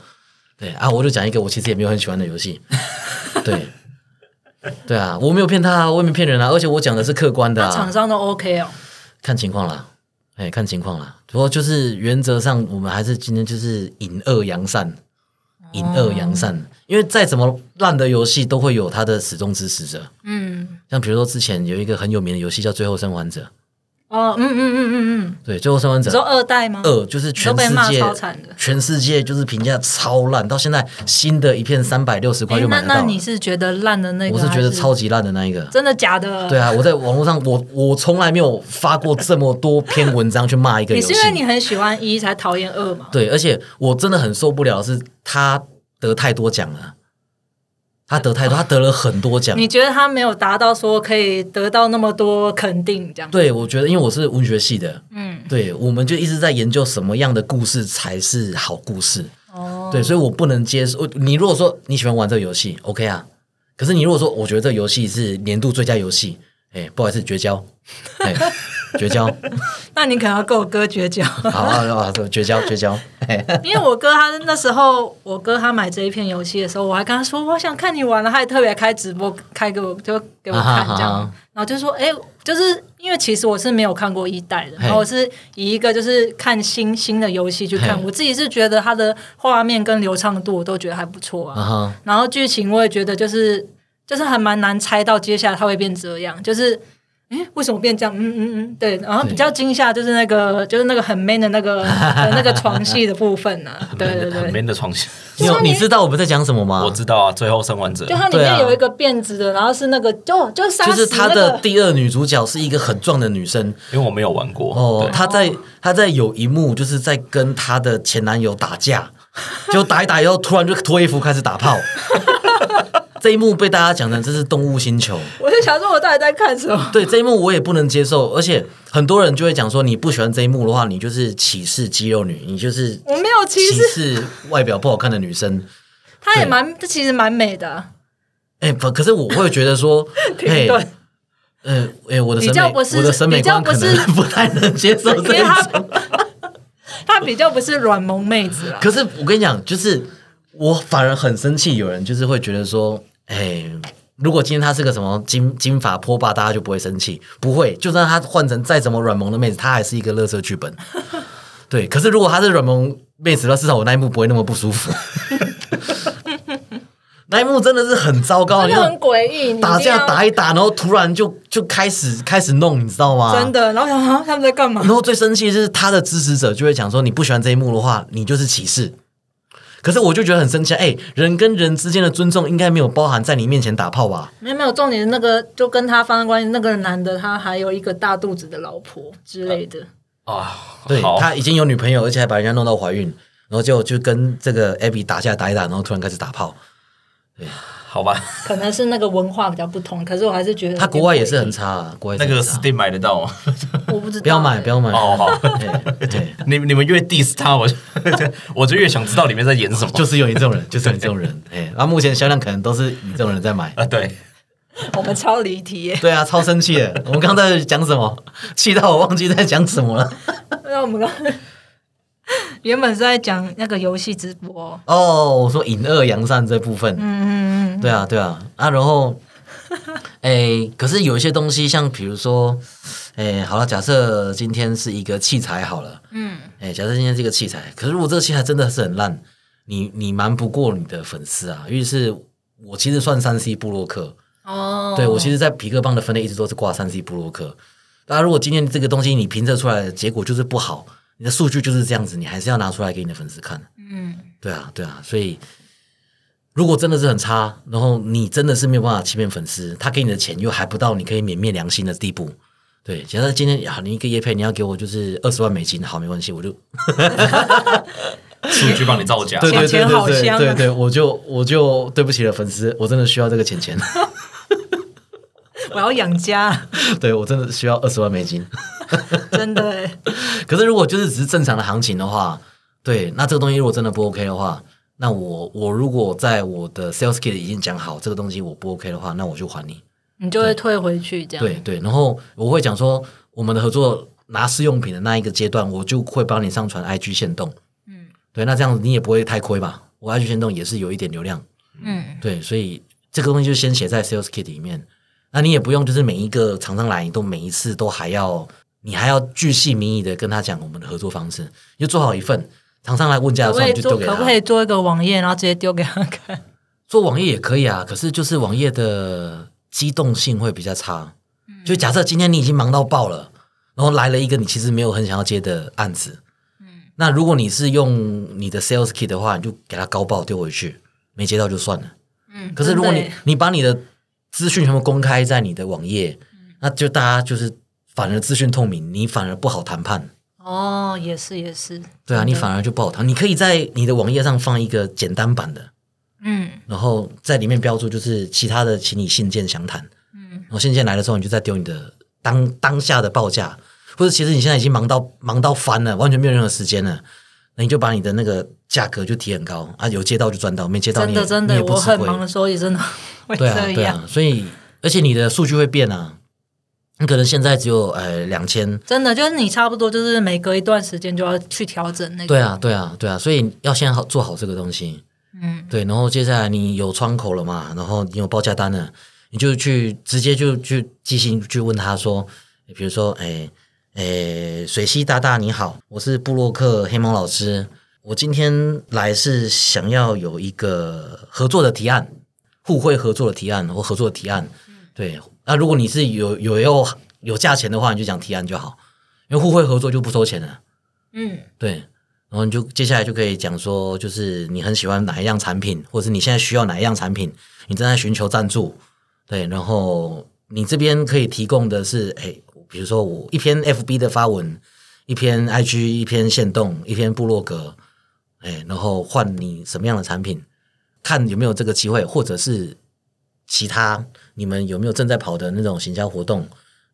A: 对啊，我就讲一个我其实也没有很喜欢的游戏，对，对啊，我没有骗他啊，我也没骗人啊，而且我讲的是客观的、
B: 那
A: 啊，
B: 厂商都 OK 哦，
A: 看情况啦，哎，看情况啦。不过就是原则上，我们还是今天就是引恶扬善，引恶扬善。因为再怎么烂的游戏，都会有它的始终支持者。
B: 嗯，
A: 像比如说之前有一个很有名的游戏叫《最后生还者》，
B: 哦，嗯嗯嗯嗯嗯，
A: 对，《最后生还
B: 你
A: 者
B: 说》二代吗？
A: 二就是全
B: 都被
A: 世
B: 骂
A: 界
B: 超惨的
A: 全世界就是评价超烂，到现在新的一片三百六十块
B: 诶
A: 就
B: 那
A: 买得到
B: 那
A: 了。
B: 你是觉得烂的那个？
A: 我是觉得
B: 还
A: 超级烂的那一个。
B: 真的假的？
A: 对啊，我在网络上，我我从来没有发过这么多篇文章去骂一个
B: 你
A: 游戏。
B: 是因为你很喜欢一才讨厌二嘛？
A: 对，而且我真的很受不了的是他得太多奖了，他得太多，他得了很多奖。
B: 你觉得他没有达到说可以得到那么多肯定这样？
A: 对，我觉得因为我是文学系的，
B: 嗯，
A: 对，我们就一直在研究什么样的故事才是好故事。
B: 哦，
A: 对，所以我不能接受。你如果说你喜欢玩这个游戏，OK 啊。可是你如果说我觉得这个游戏是年度最佳游戏，哎，不好意思，绝交，哎，绝交，
B: 那你可能要跟我哥绝交，
A: 好啊，好啊，绝交，绝交。哎
B: 因为我哥他那时候，我哥他买这一片游戏的时候，我还跟他说我想看你玩啊了，他还特别开直播开给我，就给我看这样，
A: 啊哈啊哈
B: 然后就说哎、就是因为其实我是没有看过一代的，然后我是以一个就是看新新的游戏去看，
A: 嘿
B: 我自己是觉得它的画面跟流畅度我都觉得还不错
A: 啊
B: 啊， <laughs>
A: 哈，
B: 然后剧情我也觉得就是就是还蛮难猜到接下来它会变这样，就是。哎，为什么变这样？嗯嗯嗯，对。然后比较惊吓就是那个，就是那个很 man 的那个的那个床戏的部分呢、
A: <laughs>
B: 啊。对对
C: 很
B: 对，
C: man 的创新。
A: 你有你知道我们在讲什么吗？
C: 我知道啊，最后生还者
B: 就它里
A: 对啊
B: 面有一个辫子的，然后是那个就就杀
A: 就是
B: 死
A: 他
B: 那
A: 的
B: 个，
A: 第二女主角是一个很壮的女生
C: 因为我没有玩过
A: 哦，
C: 对
A: 她在她在有一幕就是在跟她的前男友打架，就打一打以后突然就脱衣服开始打炮， <laughs> 这一幕被大家讲成这是动物星球。
B: 我就想说，我到底在看什么？
A: 对这一幕我也不能接受，而且很多人就会讲说，你不喜欢这一幕的话，你就是歧视肌肉女，你就是
B: 我没有歧
A: 歧
B: 视，
A: 视外表不好看的女生。
B: 它也
A: 对
B: 蛮，这其实蛮美的啊。
A: 哎、不，可是我会觉得说，
B: <laughs> 停
A: 哎、
B: 顿，
A: 呃，哎、我的
B: 比
A: 审
B: 较
A: 美，
B: 不是
A: 我的审美
B: 比较
A: 观
B: 不
A: 可
B: 是
A: 能不太能接受
B: <laughs> 因
A: 这
B: 为
A: 一
B: 它
A: 种。
B: 它比较不是软萌妹子啦。
A: 可是我跟你讲，就是我反而很生气，有人就是会觉得说，哎、如果今天她是个什么金金发波霸，大家就不会生气，不会。就算她换成再怎么软萌的妹子，她还是一个乐色剧本。
B: <laughs>
A: 对，可是如果她是软萌妹子，那至少我那一幕不会那么不舒服。 <laughs> 那一幕真的是很糟糕，
B: 真
A: 你
B: 的
A: 就
B: 很诡异，你一
A: 打
B: 定
A: 架
B: 要
A: 打一打，然后突然就就开始开始弄，你知道吗？
B: 真的，然后想啊，他们在干嘛
A: 然？后最生气的是他的支持者就会讲说，你不喜欢这一幕的话，你就是歧视。可是我就觉得很生气，哎、人跟人之间的尊重应该没有包含在你面前打炮吧？
B: 没有没有，重点是那个就跟他发生关系那个男的，他还有一个大肚子的老婆之类的。
C: 啊，
A: 对
C: 好，
A: 他已经有女朋友，而且还把人家弄到怀孕，然后就就跟这个 Abby 打架打一打，然后突然开始打炮。
C: 好吧，
B: 可能是那个文化比较不同，可是我还是觉得
A: 他国外也是很差、啊，国外
C: 那
A: 是
C: 个
A: 很差
C: Steam 买得到吗？
B: 我不知道、
A: 不要买，不要买，
C: 哦，好，
A: 对对，
C: 你你们越 diss 他，我就我就越想知道里面在演什么。
A: 就是有你这种人，就是有你这种人，哎，那、目前销量可能都是你这种人在买。
C: 啊，对，
B: 我们超离题耶，
A: <laughs> 对啊，超生气的。我们刚才讲什么？气到我忘记在讲什么了。
B: 那我们刚 <laughs> 原本是在讲那个游戏直播，
A: 哦，我说隐恶扬善这部分，
B: 嗯嗯嗯，
A: 对啊，对啊，啊，然后， <laughs> 哎，可是有一些东西，像比如说，哎，好了，假设今天是一个器材好了，
B: 嗯，
A: 哎，假设今天是一个器材，可是如果这个器材真的是很烂，你你瞒不过你的粉丝啊。于是，我其实算三 C 部落客，
B: 哦，
A: 对我其实，在皮克邦的分类一直都是挂三 C 布洛克。那如果今天这个东西你评测出来的结果就是不好，你的数据就是这样子，你还是要拿出来给你的粉丝看。
B: 嗯，
A: 对啊，对啊，所以如果真的是很差，然后你真的是没有办法欺骗粉丝，他给你的钱又还不到你可以泯灭良心的地步。对，假设今天啊，你一个叶配你要给我就是二十万美金，好，没关系，我
B: <laughs>
A: 就
C: 数据帮你造假，
A: 对对对
B: 钱好
A: 对
B: 香
A: 对
B: 啊
A: 对对，我就我就对不起了粉丝，我真的需要这个钱 <laughs> 钱，
B: 我要养 <laughs> 家，
A: 对我真的需要二十万美金。
B: 真的耶，
A: 可是如果就是只是正常的行情的话，对，那这个东西如果真的不 OK 的话，那我我如果在我的 sales kit 已经讲好这个东西我不 OK 的话，那我就还你。
B: 你就会退回去这样，
A: 对对，然后我会讲说我们的合作拿试用品的那一个阶段，我就会帮你上传 IG 限动。
B: 嗯
A: 对，那这样子你也不会太亏吧？我 IG 限动也是有一点流量，
B: 嗯，
A: 对，所以这个东西就先写在 sales kit 里面。那你也不用就是每一个厂商来，你都每一次都还要，你还要巨细靡遗的跟他讲我们的合作方式，你就做好一份。厂商来问价的
B: 可不
A: 时候，
B: 可
A: 你就
B: 以做
A: 丢给
B: 可
A: 他。
B: 不可以做一个网页，然后直接丢给他看？
A: 做网页也可以啊，可是就是网
B: 嗯
A: 页的机动性会比较差。就假设今天你已经忙到爆了，然后来了一个你其实没有很想要接的案子，
B: 嗯
A: 那如果你是用你的 sales kit 的话，你就给他高报丢回去，没接到就算了。
B: 嗯，
A: 可是如果
B: 真的
A: 你
B: 耶
A: 你把你的资讯全部公开在你的网页，
B: 嗯
A: 那就大家就是反而资讯透明，你反而不好谈判。
B: 哦，也是也是，
A: 对啊，你
B: 真的
A: 反而就不好谈。你可以在你的网页上放一个简单版的，
B: 嗯
A: 然后在里面标注就是其他的，请你信件详谈。嗯，然后信件来的时候，你就再丢你的当当下的报价，或者其实你现在已经忙到忙到翻了，完全没有任何时间了，那你就把你的那个价格就提很高啊，有接到就赚到，没接到
B: 真
A: 你也
B: 的真
A: 你
B: 的，
A: 也不
B: 我
A: 吃
B: 很
A: 亏。
B: 忙的时候也真的 <laughs> 会
A: 对啊
B: 这，
A: 对
B: 样
A: 啊，，所以而且你的数据会变啊，你可能现在只有呃两千
B: 真的就是你差不多就是每隔一段时间就要去调整那个，
A: 对啊，对啊，对啊，所以要先好做好这个东西。
B: 嗯，
A: 对，然后接下来你有窗口了嘛，然后你有报价单了，你就去直接就去寄信去问他说，比如说，哎哎，水西大大你好，我是布洛克黑猫老师，我今天来是想要有一个合作的提案，互惠合作的提案或合作的提案。
B: 嗯
A: 对，那、如果你是有有要有价钱的话，你就讲提案就好，因为互惠合作就不收钱了。
B: 嗯
A: 对，然后你就接下来就可以讲说，就是你很喜欢哪一样产品，或者是你现在需要哪一样产品，你正在寻求赞助，对，然后你这边可以提供的是，哎，比如说我一篇 FB 的发文，一篇 IG，一篇线动，一篇部落格，哎，然后换你什么样的产品，看有没有这个机会，或者是其他你们有没有正在跑的那种行销活动，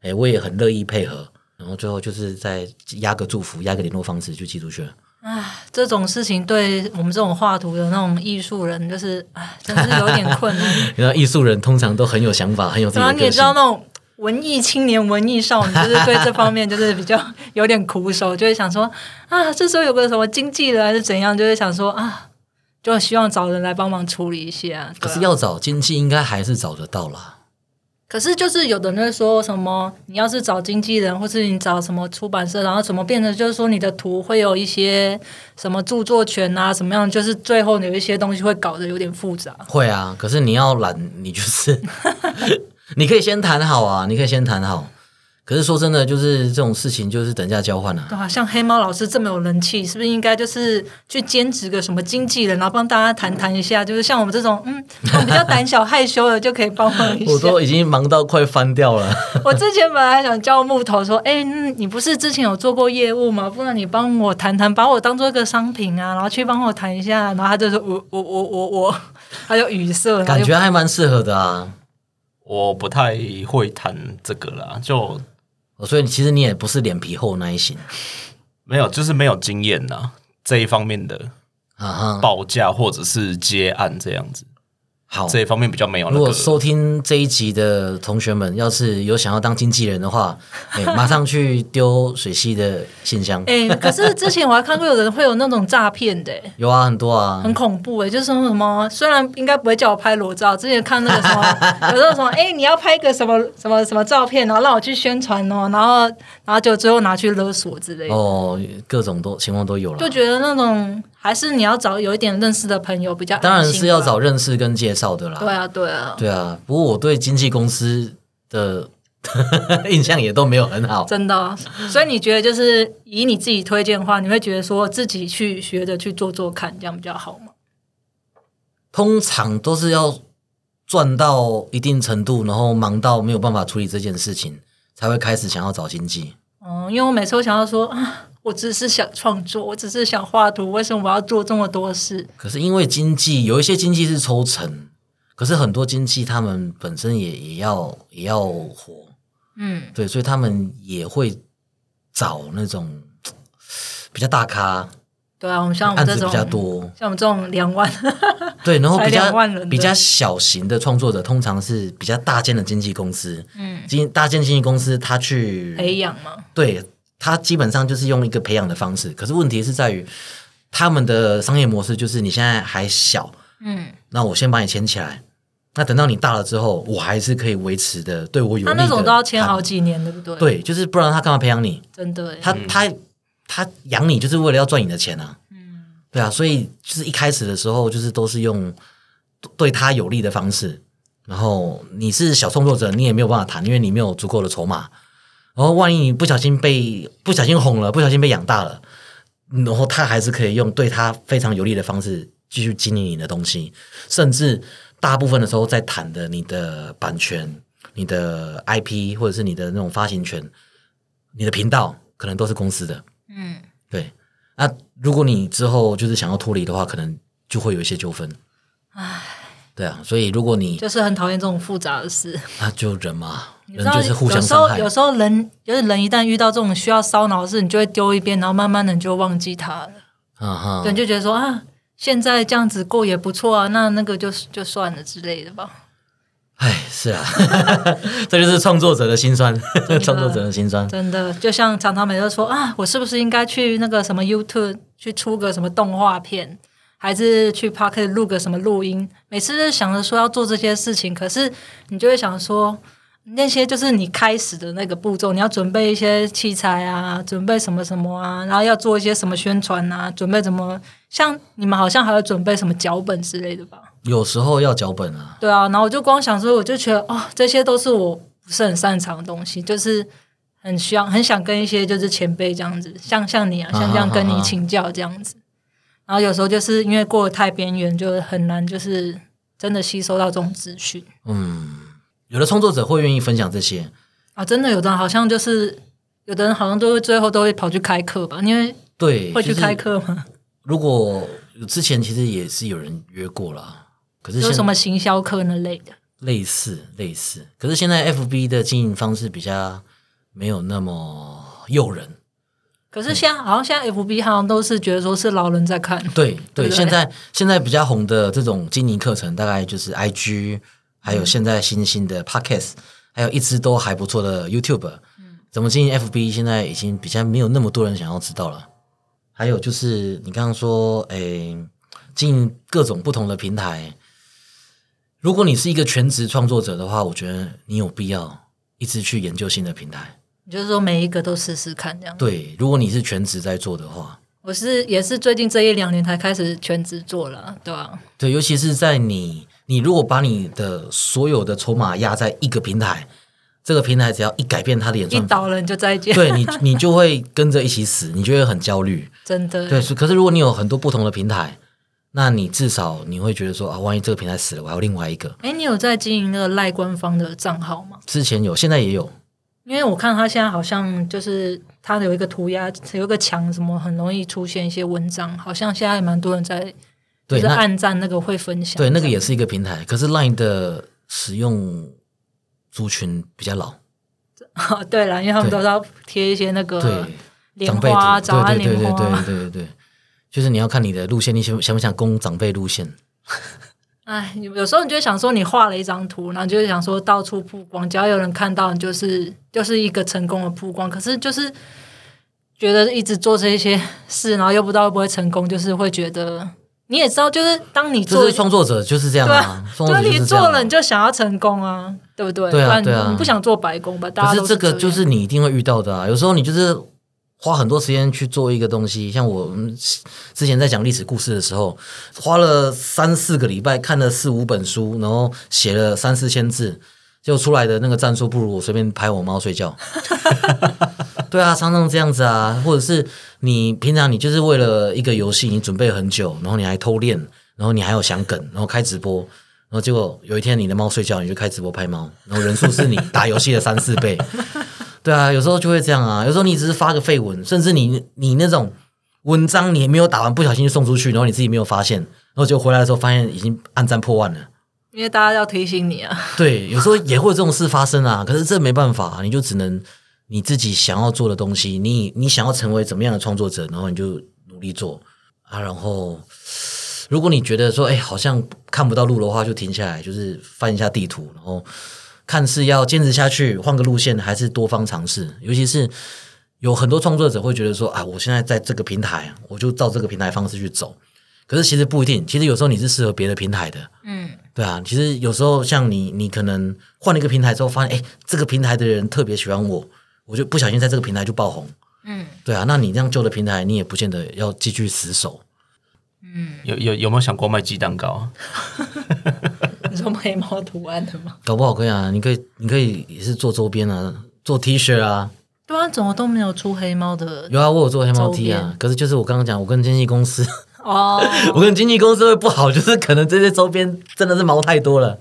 A: 哎，我也很乐意配合。然后最后就是再压个祝福，压个联络方式就寄出去了。 <laughs>
B: 这种事情对我们这种画图的那种艺术人，就是唉，真是有点困
A: <laughs>
B: 难。
A: 然后艺术人通常都很有想法，很有自己
B: 然后
A: 的
B: 啊你也
A: 个
B: 知道
A: 性。啊
B: 那种文艺青年、文艺少女，就是对这方面就是比较有点苦手，就会想说啊，这时候有个什么经纪人还是怎样，就会想说啊，就希望找人来帮忙处理一下。
A: 可
B: 对啊
A: 是要找经济，应该还是找得到啦。
B: 可是就是有的人会说什么，你要是找经纪人，或是你找什么出版社，然后怎么变成就是说你的图会有一些什么著作权啊，什么样，就是最后有一些东西会搞得有点复杂。
A: 会啊，可是你要懒，你就是 <laughs> 你可以先谈好啊，你可以先谈好。可是说真的，就是这种事情就是等价交换啊。
B: 对啊，像黑猫老师这么有人气，是不是应该就是去兼职个什么经纪人，然后帮大家谈谈一下？就是像我们这种，嗯，我们比较胆小害羞的，就可以帮忙一
A: <laughs> 我
B: 下。
A: 都
B: 我
A: 已经忙到快翻掉
B: <laughs>
A: 了。
B: 之前本来还想叫木头说，哎、嗯你不是之前有做过业务吗？不然你帮我谈谈，把我当做一个商品啊，然后去帮我谈一下。然后他就说，我我我我我，他就语塞，然后
A: 感
B: 就
A: 觉还蛮适合的啊。
C: 我不太会谈这个啦，就
A: 所以其实你也不是脸皮厚那一型
C: 没有，就是没有经验呐这一方面的
A: 啊哈。
C: 报价或者是接案这样子，
A: 好，
C: 这一方面比较没有那
A: 哦如果
C: 个。
A: 收听这一集的同学们，要是有想要当经纪人的
B: <laughs>
A: 话，哎，马上去丢水西的信箱。
B: 哎、可是之前我还看过有人会有那种诈骗的、哎
A: 有啊，很多啊
B: 很，恐怖哎、就是说什么，虽然应该不会叫我拍裸照，之前看那个
A: <laughs>
B: 什么，有时候什么，哎、你要拍个什么什么什么照片，然后让我去宣传哦，然后然后就最后拿去勒索之类的，
A: 哦，各种都情况都有了
B: 就。觉得那种还是你要找有一点认识的朋友比较安心吧，
A: 当然是要找认识跟介绍的啦。
B: 对啊对啊，
A: 对啊，不过我对经纪公司的 <laughs> 印象也都没有很好。
B: 真的啊、所以你觉得就是以你自己推荐的话，你会觉得说自己去学着去做做看，这样比较好吗？
A: 通常都是要赚到一定程度，然后忙到没有办法处理这件事情，才会开始想要找经纪。
B: 嗯，因为我每次都想要说啊，我只是想创作，我只是想画图，为什么我要做这么多事？
A: 可是因为经济有一些经济是抽成，可是很多经济他们本身也也要也要活，
B: 嗯。
A: 对，所以他们也会找那种比较大咖，
B: 对啊，我们像我
A: 案
B: 们这
A: 子
B: 种
A: 比较多，
B: 像我们这种两万，
A: 对，然后
B: 才
A: 比较
B: 两万人的
A: 比较小型的创作者，通常是比较大间的经纪公司，
B: 嗯，
A: 经大间经纪公司他去
B: 培养嘛，
A: 对他基本上就是用一个培养的方式，可是问题是在于他们的商业模式就是你现在还小，
B: 嗯，
A: 那我先把你签起来，那等到你大了之后，我还是可以维持的对我有
B: 他
A: 利的。
B: 那种都要签好，几年，对不对？，
A: 对，就是不然他干嘛培养你？
B: 真的耶，欸
A: 他他他养你就是为了要赚你的钱啊，对啊，所以就是一开始的时候就是都是用对他有利的方式，然后你是小创作者，你也没有办法谈，因为你没有足够的筹码，然后万一你不小心被不小心哄了，不小心被养大了，嗯然后他还是可以用对他非常有利的方式继续经营你的东西，甚至大部分的时候在谈的你的版权、你的 IP 或者是你的那种发行权、你的频道，可能都是公司的。
B: 嗯，
A: 对，那如果你之后就是想要脱离的话，可能就会有一些纠纷。对啊，所以如果你
B: 就是很讨厌这种复杂的事。
A: 那就人嘛，
B: 你
A: 人
B: 知道，
A: 就是互
B: 有
A: 相
B: 时
A: 伤
B: 候
A: 害
B: 有。时候人就是人，一旦遇到这种需要烧脑的事，你就会丢一边，然后慢慢的你就忘记它了，
A: 嗯哼，
B: 对，你就觉得说啊，现在这样子过也不错啊，那那个就就算了之类的吧。
A: 哎，是啊， <laughs> 这就是创作者的辛酸，创作者的辛酸。
B: 真的，就像常常每次说啊，我是不是应该去那个什么 YouTube 去出个什么动画片，还是去 p a r k 录个什么录音？每次都想着说要做这些事情，可是你就会想说，那些就是你开始的那个步骤，你要准备一些器材啊，准备什么什么啊，然后要做一些什么宣传啊，准备怎么像你们好像还要准备什么脚本之类的吧？
A: 有时候要脚本啊，
B: 对啊，然后我就光想说，我就觉得哦，这些都是我不是很擅长的东西，就是很需要很想跟一些就是前辈这样子，像像你啊，像这样跟你请教这样
A: 啊
B: 子。然后有时候就是因为过得太边缘，就很难就是真的吸收到这种资讯
A: 嗯，有的创作者会愿意分享这些，
B: 啊。真的，有的人好像就是有的人好像都会最后都会跑去开课吧，因为
A: 对，
B: 会去开
A: 就是
B: 课吗？
A: 如果之前其实也是有人约过啦，可是
B: 有
A: 现
B: 什么行销课那类的？
A: 类似类似，可是现在 FB 的经营方式比较没有那么诱人。
B: 可是现在好像现在 FB 好像都是觉得说是老人在看，
A: 对对，
B: 对
A: 现在现在比较红的这种经营课程，大概就是 IG，还
B: 嗯
A: 有现在新兴的 Podcast，、还有一直都还不错的 YouTube。怎么
B: 嗯
A: 经营 FB，现在已经比较没有那么多人想要知道了。还有就是你刚刚说，诶，经营各种不同的平台。如果你是一个全职创作者的话，我觉得你有必要一直去研究新的平台。
B: 你就是说每一个都试试看这样。
A: 对，如果你是全职在做的话，
B: 我是也是最近这一两年才开始全职做了，对啊吧、
A: 对，尤其是在你，你如果把你的所有的筹码压在一个平台，这个平台只要一改变它的演
B: 一
A: 算法，
B: 倒了你就再见，
A: 对你，你就会跟着一起死，你就会很焦
B: <laughs>
A: 虑。
B: 真的
A: 对，是可是如果你有很多不同的平台，那你至少你会觉得说啊，万一这个平台死了，我还有另外一个。
B: 哎，你有在经营那个赖官方的账号吗？
A: 之前有，现在也有，
B: 因为我看他现在好像就是他有一个涂鸦，有一个墙，什么很容易出现一些文章，好像现在蛮多人在就
A: 对，
B: 是
A: 那
B: 暗赞那个会分享，
A: 对那个也是一个平台，可是 LINE 的使用族群比较老，
B: 哦 <laughs> 对了，因为他们都要贴一些那个
A: 对。
B: 呃莲
A: 长辈
B: 花、
A: 族
B: 早安
A: 对对
B: 莲
A: 对对对
B: 花，
A: 对对对，就是你要看你的路线，你想想不想攻长辈路线？
B: 哎，有时候你就会想说，你画了一张图，然后就会想说到处曝光，只要有人看到，你就是就是一个成功的曝光。可是就是觉得一直做这些事，然后又不知道会不会成功，就是会觉得你也知道，就是当你
A: 这
B: 做
A: 是创作者就是这样
B: 对
A: 啊
B: 啊，
A: 创作者
B: 你
A: 是这
B: 做
A: 样
B: 了，你
A: 啊。
B: 就想要成功啊，对不对？
A: 对啊
B: 不然
A: 对啊
B: 你不想做白工吧？大
A: 可
B: 家
A: 是
B: 都
A: 这个
B: 样
A: 就是你一定会遇到的啊，有时候你就是花很多时间去做一个东西，像我们之前在讲历史故事的时候，花了三四个礼拜看了四五本书，然后写了三四千字。就出来的那个战术，不如我随便拍我猫睡觉。 <laughs> 对啊，常常这样子啊，或者是你平常你就是为了一个游戏，你准备很久，然后你还偷练，然后你还有想梗，然后开直播，然后结果有一天你的猫睡觉，你就开直播拍猫，然后人数是你打游戏的三四倍。对啊，有时候就会这样啊，有时候你只是发个废文，甚至你你那种文章你没有打完，不小心就送出去，然后你自己没有发现，然后就回来的时候发现已经暗战破万了。
B: 因为大家要提醒你啊，
A: <laughs> 对，有时候也会有这种事发生啊。可是这没办法，你就只能你自己想要做的东西，你你想要成为怎么样的创作者，然后你就努力做啊。然后，如果你觉得说，哎，好像看不到路的话，就停下来，就是翻一下地图，然后看是要坚持下去，换个路线，还是多方尝试。尤其是有很多创作者会觉得说，啊，我现在在这个平台，我就照这个平台方式去走。可是其实不一定，其实有时候你是适合别的平台的。
B: 嗯，
A: 对啊，其实有时候像你，你可能换了一个平台之后，发现哎，诶这个平台的人特别喜欢我，我就不小心在这个平台就爆红。
B: 嗯，
A: 对啊，那你这样旧的平台，你也不见得要继续死守。
C: 有有有没有想过卖鸡蛋糕啊？
B: 你说眉毛图案的吗？
A: 搞不好可以啊，你可以，你可以也是做周边啊，做 T 恤啊，
B: 对啊，怎么都没有出黑猫的
A: 有啊，我有做黑猫 T
B: 周
A: 啊
B: 边，
A: 可是就是我刚刚讲，我跟经纪公司， <laughs>
B: 哦
A: 我跟经纪公司会不好，就是可能这些周边真的是毛太多了。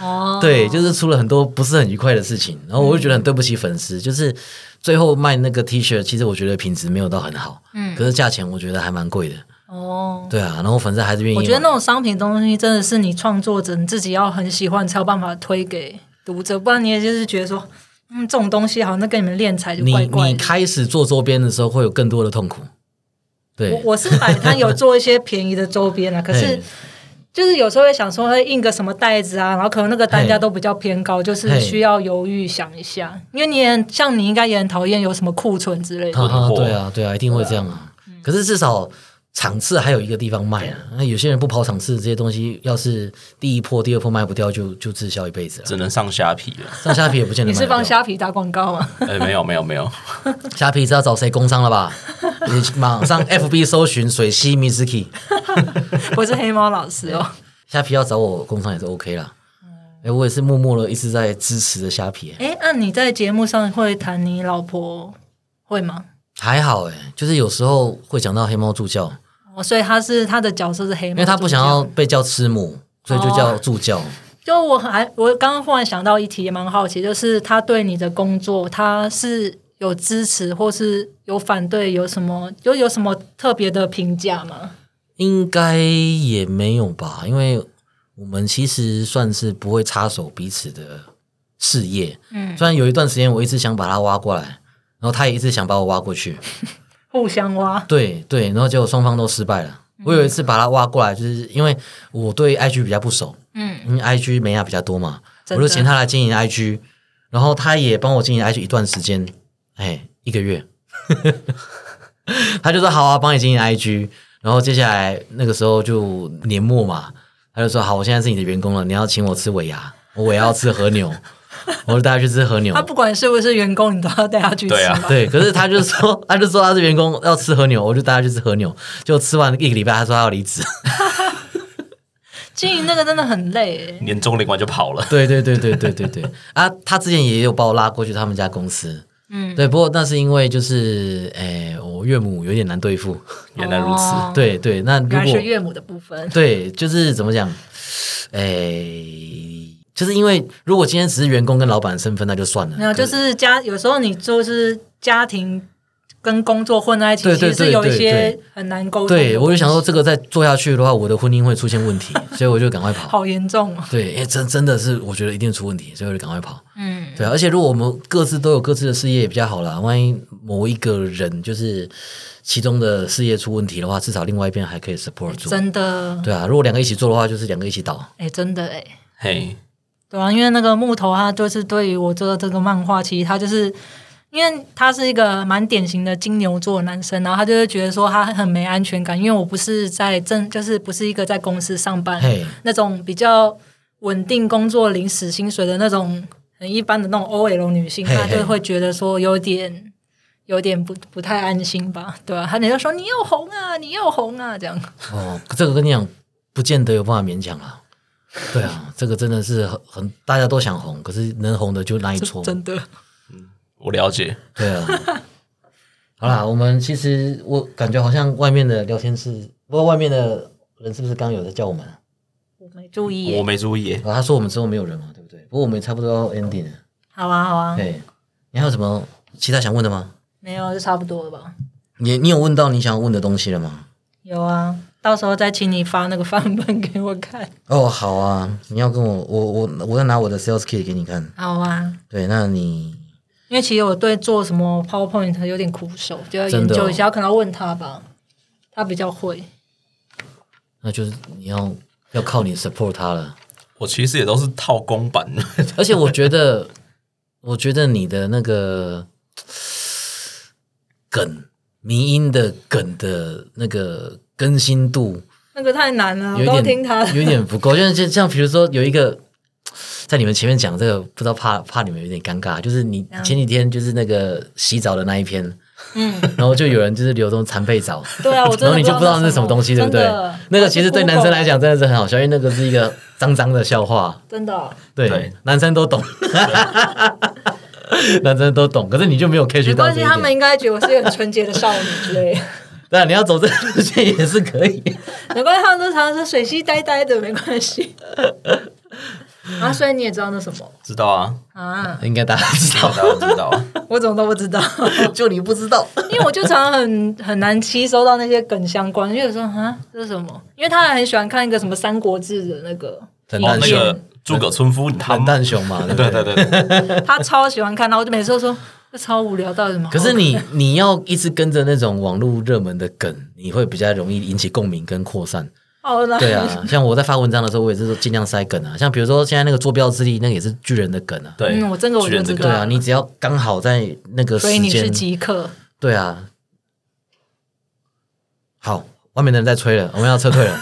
B: 哦，嗯
A: 对，就是出了很多不是很愉快的事情，然后我就觉得很对不起粉丝，就是最后卖那个 T 恤，其实我觉得品质没有到很好，
B: 嗯
A: 可是价钱我觉得还蛮贵的，
B: 哦。
A: 对啊，然后粉丝还是愿意买，
B: 我觉得那种商品东西真的是你创作者你自己要很喜欢才有办法推给读者，不然你也就是觉得说，嗯，这种东西好像那跟你们练才就怪
A: 你
B: 怪
A: 你
B: 的。
A: 开始做周边的时候会有更多的痛苦，对，
B: 我我是摆摊有做一些便宜的周
A: <laughs>
B: 边啊，可是
A: 嘿
B: 就是有时候会想说会印个什么袋子啊，然后可能那个单价
A: 嘿
B: 都比较偏高，就是
A: 嘿
B: 需要犹豫想一下，因为你也像你应该也很讨厌有什么库存之类的。
A: 哈哈，
C: 囤货
A: 对啊，对啊，一定会这样啊。
B: 嗯
A: 可是至少场次还有一个地方卖啊。那有些人不跑场次，这些东西要是第一波、第二波卖不掉，就就滞销一辈子了。
C: 只能上虾皮了。
A: 上虾皮也不见得
B: 你
A: 卖
B: 是
A: 得掉。
B: 帮虾皮打广告
A: <laughs>
B: 吗？
C: 哎，没有没有没有， <laughs>
A: 虾皮知道找谁工商了吧？ <laughs> 你马上 FB 搜寻水西 Mizuki，
B: 我是黑猫老师
A: <laughs>
B: 哦。
A: 虾皮要找我工商也是 OK 啦。哎，我也是默默的一直在支持着虾皮、欸
B: 哎，那你在节目上会谈你老婆会吗？
A: 还好哎、就是有时候会讲到黑猫助教，
B: 哦，所以他是他的角色是黑猫，
A: 因为他不想要。被叫吃母，所以就叫助教。
B: 就我还我刚刚忽然想到一题，也蛮好奇，就是他对你的工作，他是有支持或是有反对，有什么就有什么特别的评价吗？
A: 应该也没有吧，因为我们其实算是不会插手彼此的事业。
B: 嗯，
A: 虽然有一段时间我一直想把他挖过来，然后他也一直想把我挖过去，
B: 互相挖，
A: 对对，然后结果双方都失败了。
B: 嗯
A: 我有一次把他挖过来，就是因为我对 IG 比较不熟，
B: 嗯，
A: 因为 IG 美亚比较多嘛，我
B: 真的
A: 就请他来经营 IG，然后他也帮我经营 IG 一段时间，哎，一个月， <laughs> 他就说好啊，帮你经营 IG，然后接下来那个时候就年末嘛，他就说好，我现在是你的员工了，你要请我吃尾牙，我尾牙要吃和
B: <laughs>
A: 牛，我就带他去吃和牛
B: 他。不管是不是员工，你都要带
A: <laughs>
B: 他去吃
C: 对啊
B: <laughs> 吧。
A: 对，可是他就说，他就说他是员工要吃和牛，我就带他去吃和牛。就吃完一个礼拜，他说他要离
B: <laughs>
A: 职。
B: 经营那个真的很累耶，
C: 年终领完就跑
B: 哦
C: 了。
A: 对对对对对对对啊！他之前也有把我拉过去他们家公司，
B: 嗯，
A: 对，不过那是因为就是，诶、我岳母有点难对付，
C: 原来如此，
B: 哦
A: 对对，那如
B: 原来
A: 果
B: 是岳母的部分。
A: 对，就是怎么讲，诶、就是因为如果今天只是员工跟老板的身份，那就算了，
B: 没有，
A: 可
B: 就是家有时候你就是家庭跟工作混在一起，
A: 对
B: 其
A: 对
B: 实是有一
A: 对对
B: 些很难沟通的东西。
A: 对我就想说，这个再做下去的话，我的婚姻会出现问
B: <laughs>
A: 题，所以我就赶快跑。
B: 好严重哦。
A: 对，因为真真的是我觉得一定出问题，所以我就赶快跑。
B: 嗯，
A: 对啊，而且如果我们各自都有各自的事业也比较好啦。万一某一个人就是其中的事业出问题的话，至少另外一边还可以 support 住。
B: 哎真的，
A: 对啊，如果两个一起做的话，就是两个一起倒。
B: 哎、真的哎、
C: 嘿，
B: 对啊，因为那个木头他就是对于我这个这个漫画，其实他就是。因为他是一个蛮典型的金牛座的男生，然后他就会觉得说他很没安全感，因为我不是在正，就是不是一个在公司上班
A: 嘿
B: 那种比较稳定工作、领死薪水的那种很一般的那种 OL 女性，
A: 嘿
B: 她
A: 嘿
B: 就会觉得说有点有点不不太安心吧，对吧、啊？她就说你又红啊，你又红啊，这样。
A: 哦，这个跟你讲，不见得有办法勉强啦。对啊，这个真的是很很大家都想红，可是能红的就那一撮。
B: 真的，
C: 我了解。
A: 对啊。好啦，我们其实我感觉好像外面的聊天室，不过外面的人是不是刚刚有在叫我们啊？
B: 我没注意
C: 我
B: 耶。
C: 没注意耶，
A: 啊，他说我们之后没有人嘛，对不对？不过我们也差不多要 ending 了。
B: 好啊，好啊，
A: 对，你还有什么其他想问的吗？
B: 没有就差不多了吧？
A: 你你有问到你想问的东西了吗？
B: 有啊，到时候再请你发那个范本给我
A: <laughs>
B: 看。
A: 哦，好啊，你要跟我，我我我要拿我的 sales kit 给你看。
B: 好啊，
A: 对，那你
B: 因为其实我对做什么 PowerPoint 有点苦手，就要
A: 真
B: 研
A: 的哦
B: 究一下，可能要问他吧，他比较会。
A: 那就是你要要靠你 support 他了。
C: 我其实也都是套公版 <laughs> 的，
A: 而且我觉得， <laughs> 我觉得你的那个梗迷音的梗的那个更新度
B: 那个太难了，
A: 有
B: 我
A: 一
B: 啊都
A: 点
B: 听他的。
A: 有一点不够。就是像比如说有一个在你们前面讲这个，不知道怕怕你们有点尴尬，就是你前几天就是那个洗澡的那一
B: <laughs>
A: 篇，
B: 嗯，
A: 然后就有人就是留这种残废澡。
B: 对啊，我
A: 然
B: 真的
A: 后你就不知道那是什么东西，对不对
B: 真的？
A: 那个其实对男生来讲
B: 讲，
A: 真的是很好笑，因为那个是一个脏脏的笑话，
B: 真的 <laughs>
A: 对，
C: 对
A: 男生都懂。男生都懂，可是你就没有 catch
B: 没
A: 到
B: 关
A: 这一点。
B: 系，他们应该觉得我是一个很纯洁的少女之
A: <laughs>
B: 类的。
A: 那你要走这个路线也是可以。
B: 难怪他们都常常说水系呆呆的，没
A: <laughs>
B: 关系。啊，所以你也知道那什么
C: 知道啊，
B: 啊？
A: 应该大家知
C: 知道
B: <laughs>
A: 道，
C: 啊知道啊，
B: 我怎么都不知道，
A: <laughs> 就你不知道。
B: <laughs> 因为我就常常很很难吸收到那些梗相关，因为有时候啊，这是什么？因为他还很喜欢看一个什么《三国志》的那个
A: 冷
C: 哦
A: 淡
C: 那
A: 熊，
C: 个诸葛村夫他
A: 冷
C: 们，
A: 淡熊嘛，对不
C: 对对对对，
B: 他超喜欢看，然后我就每次都说这超无聊，到底什么好
A: 可
B: 看？
A: 是你你要一直跟着那种网络热门的梗，你会比较容易引起共鸣跟扩散。
B: 哦，那
A: 对
B: <laughs>
A: 啊，像我在发文章的时候，我也是说尽量塞梗啊。像比如说现在那个坐标之力，那个也是巨人的梗啊。
C: 对，
B: 嗯，我这个我
C: 巨
B: 就
C: 人
B: 知
C: 这
B: 道，
C: 个
A: 对啊，你只要刚好在那个
B: 所以
A: 时
B: 你是
A: 间，
B: 极客，
A: 对啊。好，外面的人在催了，我们要撤退了。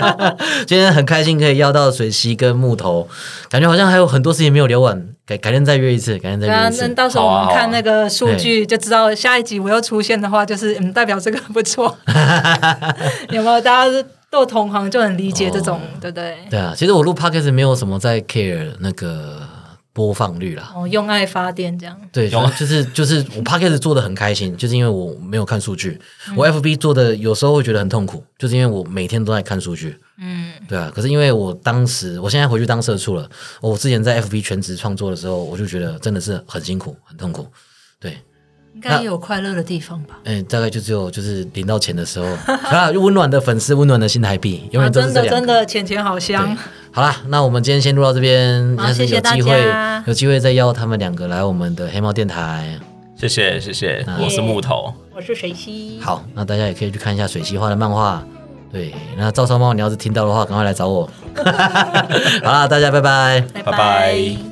B: <laughs>
A: 今天很开心可以邀到水西跟木头，感觉好像还有很多事情没有聊完，改改天再约一次，改天再
B: 对啊
A: 约一，次
B: 那。到时候我
C: 好啊
B: 们看那个数据就知道，下一集我又出现的话，就是嗯，代表这个不
A: <laughs>
B: 错， <laughs> 有没有？大家都同行就很理解这种，对不对？
A: 对啊，其实我录 podcast 没有什么在 care 那个播放率啦。
B: 哦，用爱发电这样，
A: 对，
C: 有吗
A: 就是就是我 podcast 做的很开心，就是因为我没有看数据。
B: 嗯
A: 我 FB 做的有时候会觉得很痛苦，就是因为我每天都在看数据。
B: 嗯，
A: 对啊，可是因为我当时，我现在回去当社畜了。哦我之前在 FB 全职创作的时候，我就觉得真的是很辛苦，很痛苦。对，
B: 应该也有快乐的地方吧？
A: 嗯，大概就只有就是领到钱的
B: <laughs>
A: 时候啊，温暖的粉丝，温暖的新台币，永
B: 啊，
A: 远都
B: 真
A: 是这
B: 的
A: 两
B: 真
A: 个。
B: 的，钱钱好香
A: 对，好啦，那我们今天先录到这边，
B: 好
A: 下次
B: 谢谢
A: 有
B: 大
A: 机会
B: 家
A: 有机会再邀他们两个来我们的黑猫电台。
C: 谢谢谢谢，
B: 嗯
C: 我是木头，
B: 我是水西，
A: 好，那大家也可以去看一下水西画的漫画。对，那 <laughs> 赵少猫，你要是听到的话，赶快来找我。好啦，大家拜拜。
B: 拜
C: 拜拜